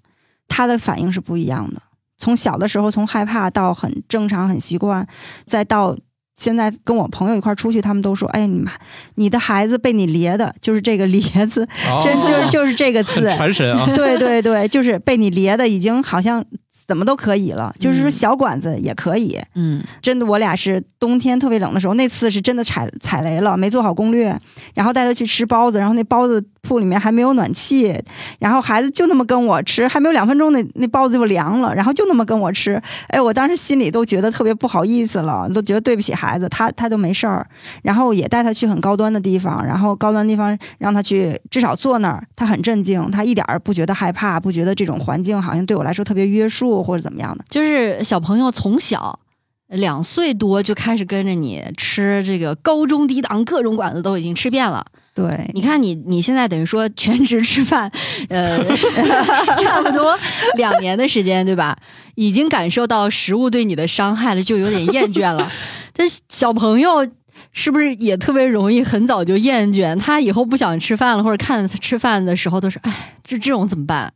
Speaker 3: 他的反应是不一样的。从小的时候，从害怕到很正常、很习惯，再到现在跟我朋友一块儿出去，他们都说：“哎，你妈，你的孩子被你咧的，就是这个‘咧’ 字，
Speaker 2: 哦
Speaker 3: 真就是就是这个字。。
Speaker 2: 很传神啊
Speaker 3: 对对对，就是被你咧的，已经好像怎么都可以了，就是说
Speaker 1: 嗯
Speaker 3: 小馆子也可以。
Speaker 1: 嗯，
Speaker 3: 真的，我俩是冬天特别冷的时候，那次是真的踩踩雷了，没做好攻略，然后带他去吃包子，然后那包子铺里面还没有暖气，然后孩子就那么跟我吃，还没有两分钟那那包子就凉了，然后就那么跟我吃， 哎，我当时心里都觉得特别不好意思了，都觉得对不起孩子，他他都没事儿，然后也带他去很高端的地方，然后高端地方让他去至少坐那儿，他很镇静，他一点儿不觉得害怕，不觉得这种环境好像对我来说特别约束或者怎么样的。
Speaker 1: 就是小朋友从小两岁多就开始跟着你吃这个高中低档各种馆子都已经吃遍了。
Speaker 3: 对，
Speaker 1: 你看你你现在等于说全职吃饭，呃， 差不多两年的时间，对吧？已经感受到食物对你的伤害了，就有点厌倦了。但小朋友是不是也特别容易很早就厌倦？他以后不想吃饭了，或者看着他吃饭的时候都是，哎，这这种怎么办？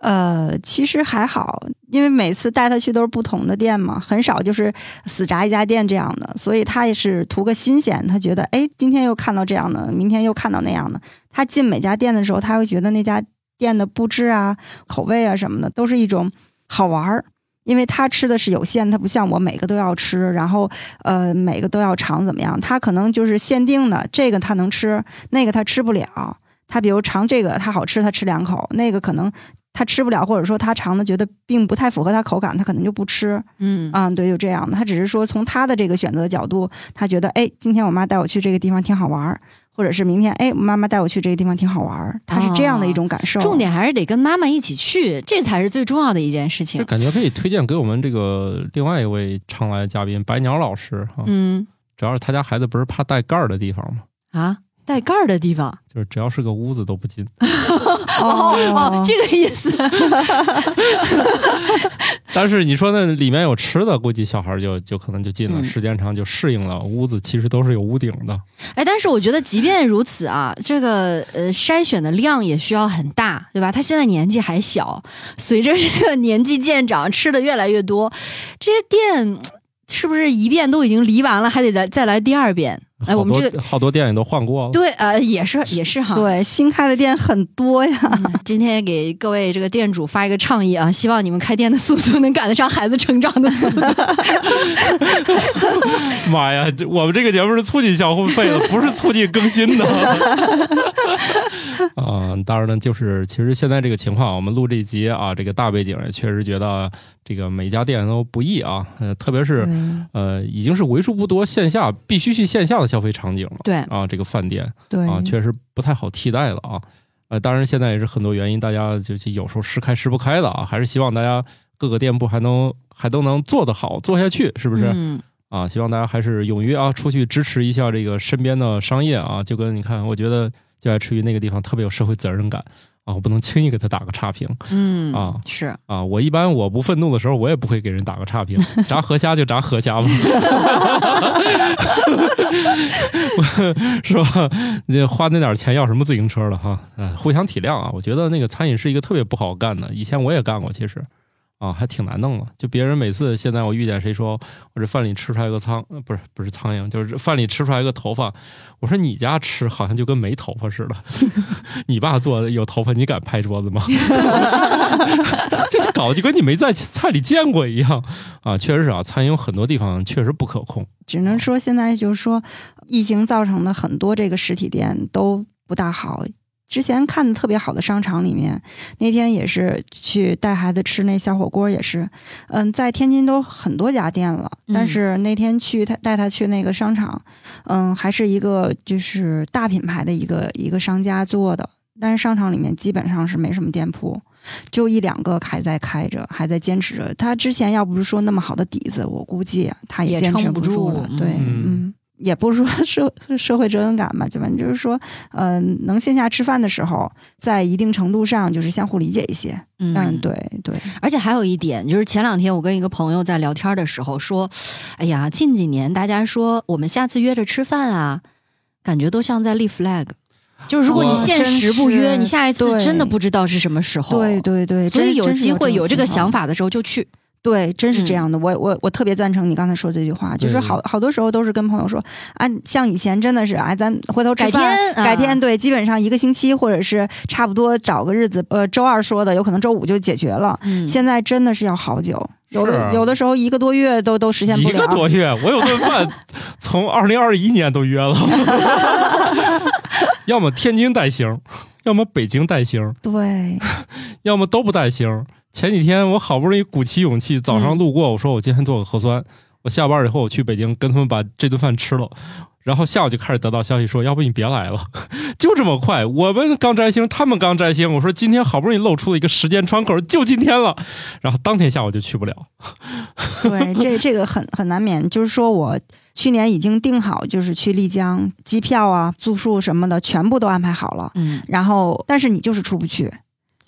Speaker 3: 呃，其实还好，因为每次带他去都是不同的店嘛，很少就是死炸一家店这样的，所以他也是图个新鲜。他觉得，哎，今天又看到这样的，明天又看到那样的。他进每家店的时候，他会觉得那家店的布置啊、口味啊什么的，都是一种好玩儿。因为他吃的是有限，他不像我每个都要吃，然后呃每个都要尝怎么样？他可能就是限定的，这个他能吃，那个他吃不了。他比如尝这个，他好吃，他吃两口；那个可能他吃不了，或者说他尝的觉得并不太符合他口感，他可能就不吃。
Speaker 1: 嗯
Speaker 3: 嗯，对，就这样的。他只是说从他的这个选择角度，他觉得哎，今天我妈带我去这个地方挺好玩儿，或者是明天哎，妈妈带我去这个地方挺好玩儿，他是这样的一种感受。
Speaker 1: 哦重点还是得跟妈妈一起去，这才是最重要的一件事
Speaker 2: 这
Speaker 1: 情。
Speaker 2: 感觉可以推荐给我们这个另外一位常来嘉宾白鸟老师哈、
Speaker 1: 嗯
Speaker 2: 主要是他家孩子不是怕带盖儿的地方嘛，
Speaker 1: 啊，带盖儿的地方。
Speaker 2: 就是只要是个屋子都不进。
Speaker 1: 哦哦，这个意思。
Speaker 2: 但是你说那里面有吃的，估计小孩儿就就可能就进了，
Speaker 1: 嗯
Speaker 2: 时间长就适应了。屋子其实都是有屋顶的，
Speaker 1: 哎，但是我觉得即便如此啊，这个呃筛选的量也需要很大，对吧？他现在年纪还小，随着这个年纪渐长，吃的越来越多，这些店嗯是不是一遍都已经离完了，还得再再来第二遍？哎，
Speaker 2: 好
Speaker 1: 我们
Speaker 2: 多
Speaker 1: 这个
Speaker 2: 好多店也都换过了。
Speaker 1: 对呃也是也是哈。
Speaker 3: 对，新开的店很多呀。
Speaker 1: 嗯今天给各位这个店主发一个倡议啊，希望你们开店的速度能赶得上孩子成长的速度。
Speaker 2: 妈呀，这我们这个节目是促进消费的，不是促进更新的。啊、当然呢，就是其实现在这个情况，我们录这一集啊，这个大背景也确实觉得这个每家店都不易啊，呃，特别是呃，已经是为数不多线下必须去线下的消费场景了。
Speaker 1: 对
Speaker 2: 啊，这个饭店
Speaker 3: 对
Speaker 2: 啊，确实不太好替代了啊。呃，当然现在也是很多原因，大家就就有时候是开是不开的啊，还是希望大家各个店铺还能还都能做得好，做下去，是不是？
Speaker 1: 嗯，
Speaker 2: 啊，希望大家还是勇于啊出去支持一下这个身边的商业啊，就跟你看，我觉得就爱吃鱼那个地方特别有社会责任感啊，我不能轻易给他打个差评
Speaker 1: 嗯
Speaker 2: 啊
Speaker 1: 是
Speaker 2: 啊，我一般我不愤怒的时候，我也不会给人打个差评，炸河虾就炸河虾吧，是吧？你花那点钱要什么自行车了哈？哎，互相体谅啊，我觉得那个餐饮是一个特别不好干的，以前我也干过，其实。啊，还挺难弄的。就别人每次现在我遇见谁说我这饭里吃出来个苍，呃不是不是苍蝇，就是饭里吃出来个头发。我说你家吃好像就跟没头发似的， 你爸做的有头发，你敢拍桌子吗？这搞 得就跟你没在菜里见过一样啊！确实是啊，餐饮有很多地方确实不可控。
Speaker 3: 只能说现在就是说，疫情造成的很多这个实体店都不大好。之前看的特别好的商场里面，那天也是去带孩子吃那小火锅，也是，嗯，在天津都很多家店了，
Speaker 1: 嗯
Speaker 3: 但是那天去他带他去那个商场，嗯，还是一个就是大品牌的一个一个商家做的，但是商场里面基本上是没什么店铺，就一两个还在开着，还在坚持着。他之前要不是说那么好的底子，我估计他
Speaker 1: 也
Speaker 3: 坚持
Speaker 1: 撑不
Speaker 3: 住
Speaker 1: 住
Speaker 3: 了。
Speaker 1: 嗯
Speaker 3: 对，
Speaker 2: 嗯
Speaker 3: 嗯，也不是说 社社会责任感吧，就反正就是说，嗯、能线下吃饭的时候，在一定程度上就是相互理解一些。
Speaker 1: 嗯
Speaker 3: 嗯，对对，
Speaker 1: 而且还有一点，就是前两天我跟一个朋友在聊天的时候说，哎呀，近几年大家说我们下次约着吃饭啊，感觉都像在立 flag，就是如果你
Speaker 2: 哇
Speaker 1: 限时不
Speaker 3: 哦真
Speaker 1: 约，
Speaker 3: 是
Speaker 1: 你下一次
Speaker 3: 对
Speaker 1: 真的不知道是什么时候。
Speaker 3: 对对对，
Speaker 1: 所以
Speaker 3: 真
Speaker 1: 有
Speaker 3: 真是
Speaker 1: 机会有这个
Speaker 3: 情况
Speaker 1: 想法的时候就去。
Speaker 3: 对，真是这
Speaker 1: 嗯
Speaker 3: 样的。我我我特别赞成你刚才说这句话，就是
Speaker 2: 对
Speaker 3: 好好多时候都是跟朋友说啊，像以前真的是啊，咱回头吃
Speaker 1: 改
Speaker 3: 饭
Speaker 1: 天
Speaker 3: 改天
Speaker 1: 啊
Speaker 3: 对，基本上一个星期或者是差不多找个日子，呃，周二说的，有可能周五就解决了。
Speaker 1: 嗯，
Speaker 3: 现在真的是要好久，有
Speaker 2: 是
Speaker 3: 的、
Speaker 2: 啊
Speaker 3: 有的时候一个多月都都实现不
Speaker 2: 一
Speaker 3: 了
Speaker 2: 个。多月，我有顿饭从二零二一年都约了， 要么天津带星，要么北京带星，
Speaker 3: 对，
Speaker 2: 要么都不带星。前几天我好不容易鼓起勇气，嗯早上路过，我说我今天做个核酸，我下班以后我去北京跟他们把这顿饭吃了。然后下午就开始得到消息说，要不你别来了， 就这么快。我们刚摘星，他们刚摘星。我说今天好不容易露出了一个时间窗口，就今天了。然后当天下午就去不了。
Speaker 3: 对，这这个很很难免。就是说我去年已经订好，就是去丽江，机票啊、住宿什么的全部都安排好了。
Speaker 1: 嗯，
Speaker 3: 然后，但是你就是出不去，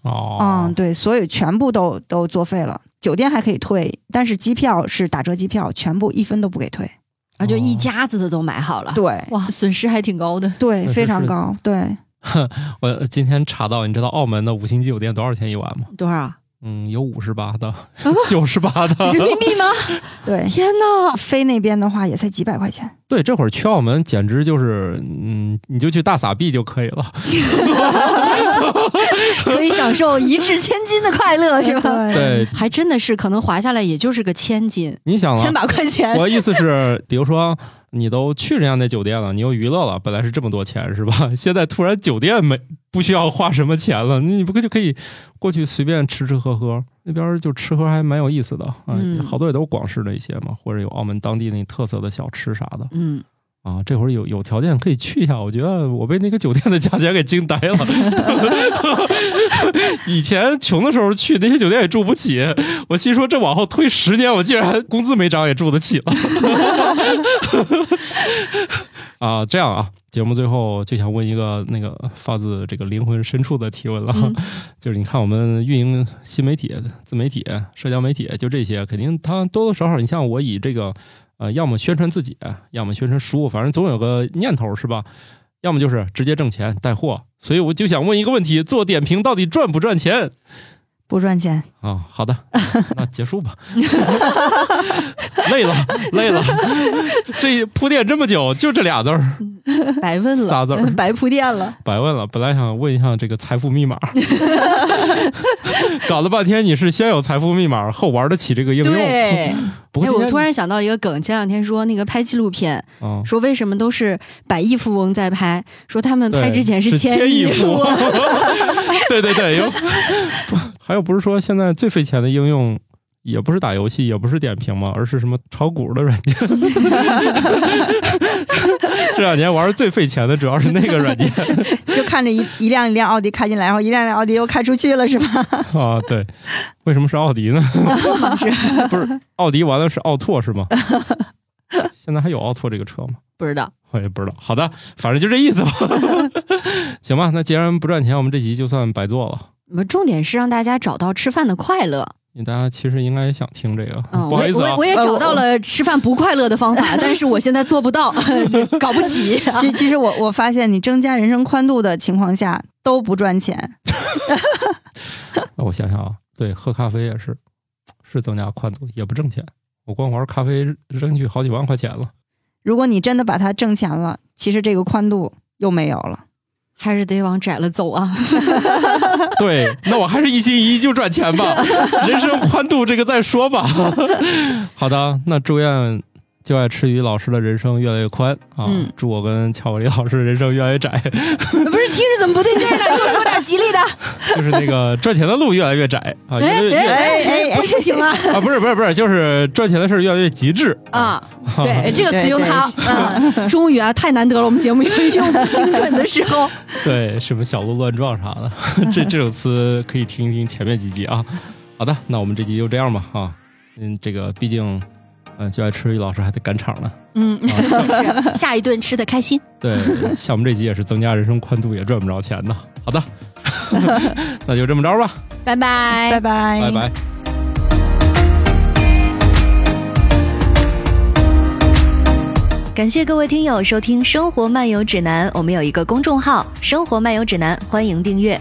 Speaker 2: 哦，
Speaker 3: 嗯，对，所以全部都都作废了。酒店还可以退，但是机票是打折机票，全部一分都不给退。
Speaker 1: 啊，就一
Speaker 2: 哦
Speaker 1: 家子的都买好了，
Speaker 3: 对，
Speaker 1: 哇，损失还挺高的。
Speaker 3: 对，
Speaker 2: 是
Speaker 3: 非常
Speaker 2: 是
Speaker 3: 高。对，
Speaker 2: 我今天查到，你知道澳门的五星级酒店多少钱一晚吗？
Speaker 1: 多少？
Speaker 2: 嗯，有五十八的， 九十八的。
Speaker 1: 人民币 吗？
Speaker 3: 对，
Speaker 1: 天哪！
Speaker 3: 飞那边的话也才几百块 钱。
Speaker 2: 对，这会儿去澳门简直就是，嗯，你就去大撒币就可以了。
Speaker 1: 可以享受一掷千金的快乐， 是吧？
Speaker 2: 对，
Speaker 1: 还真的是，可能划下来也就是个千金，
Speaker 2: 你想啊
Speaker 1: 千，把块钱。
Speaker 2: 我意思是，比如说你都去人家那酒店了，你又娱乐了，本来是这么多钱是吧？ 现在突然酒店没不需要花什么钱了，你不就可以过去随便吃吃喝喝？那边就吃喝还蛮有意思的啊，
Speaker 1: 嗯
Speaker 2: 好多也都是广式的一些嘛，或者有澳门当地那特色的小吃啥的
Speaker 1: 嗯，
Speaker 2: 啊。这会儿有有条件可以去一下，我觉得我被那个酒店的价钱给惊呆了。 以前穷的时候去那些酒店也住不起，我心说这往后推十年，我竟然工资没涨也住得起了。 啊，这样啊，节目最后就想问一个那个发自这个灵魂深处的提问了，
Speaker 1: 嗯
Speaker 2: 就是你看我们运营新媒体、自媒体、社交媒体，就这些，肯定它多多少少，你像我以这个呃，要么宣传自己，要么宣传书，反正总有个念头是吧？要么就是直接挣钱带货，所以我就想问一个问题：做点评到底赚不赚钱？
Speaker 3: 不赚钱，
Speaker 2: 啊、好的，那结束吧。 累了，累了， 这铺垫这么久，就这俩字儿，
Speaker 1: 白问了，嗯
Speaker 2: 仨字儿
Speaker 1: 白铺垫了。
Speaker 2: 白问了。本来想问一下这个财富密码， 搞了半天你是先有财富密码，后玩得起这个应用。
Speaker 1: 对，
Speaker 2: 不过
Speaker 1: 哎，
Speaker 2: 今
Speaker 1: 我
Speaker 2: 天
Speaker 1: 突然想到一个梗，前两天说那个拍纪录片，
Speaker 2: 啊，
Speaker 1: 说为什么都是百亿富翁在拍，说他们拍
Speaker 2: 对
Speaker 1: 之前
Speaker 2: 是
Speaker 1: 千
Speaker 2: 亿
Speaker 1: 富 翁，
Speaker 2: 对对对，有。还有不是说现在最费钱的应用，也不是打游戏，也不是点评嘛，而是什么炒股的软 件。这两年玩儿最费钱的主要是那个软件。
Speaker 3: 就看着一一辆一辆奥迪开进来，然后一辆一辆奥迪又开出去了， 是吧？
Speaker 2: 啊，对，为什么是奥迪呢？
Speaker 1: 是
Speaker 2: 不是奥迪完了是奥拓是吗？现在还有奥拓这个车吗？
Speaker 1: 不知道。
Speaker 2: 我也不知道。好的，反正就这意思吧。 行吧，那既然不赚钱，我们这集就算白做了。
Speaker 1: 我们重点是让大家找到吃饭的快乐。
Speaker 2: 因为大家其实应该也想听这个，
Speaker 1: 嗯， 我
Speaker 2: 不好
Speaker 1: 也
Speaker 2: 意思
Speaker 1: 我
Speaker 2: 啊呃
Speaker 1: 也我。也找到了吃饭不快乐的方法，但是我现在做不 到，搞不起。
Speaker 3: 其其实我我发现，你增加人生宽度的情况下都不赚钱，
Speaker 2: 那我想想啊，对，喝咖啡也是，是增加宽度，也不挣钱。我光玩咖啡扔去好几万块钱了。
Speaker 3: 如果你真的把它挣钱了，其实这个宽度又没有了。
Speaker 1: 还是得往窄了走啊！
Speaker 2: 对，那我还是一心一意就赚钱吧，人生宽度这个再说吧。 好的，那祝愿就爱吃鱼老师的人生越来越宽啊！
Speaker 1: 嗯
Speaker 2: 祝我跟乔伟老师的人生越来越窄，
Speaker 3: 不是，听着怎么不对劲儿呢？给我说点吉利的。
Speaker 2: 就是那个赚钱的路越来越窄啊，越来越
Speaker 1: 哎
Speaker 2: 越
Speaker 3: 哎哎哎，
Speaker 1: 不行啊
Speaker 2: 啊，不是不是不是，就是赚钱的事儿越来越极致。
Speaker 1: 啊！
Speaker 2: 哦
Speaker 1: 对，这个词用它，嗯，终于啊，太难得了，我们节目有用词精准的时候。
Speaker 2: 对，什么小鹿乱撞啥的， 这这种词可以听一听前面几集啊。好的，那我们这集就这样吧啊，嗯，这个毕竟，嗯，就爱吃鱼老师还得赶场呢。
Speaker 1: 嗯，
Speaker 2: 啊
Speaker 1: 是下一顿吃的开心，
Speaker 2: 对，像我们这集也是增加人生宽度，也赚不着钱呢。好的，那就这么着吧，
Speaker 1: 拜拜，
Speaker 3: 哎拜拜，
Speaker 2: 拜拜。
Speaker 4: 感谢各位听友收听《生活漫游指南》，我们有一个公众号《生活漫游指南》，欢迎订阅。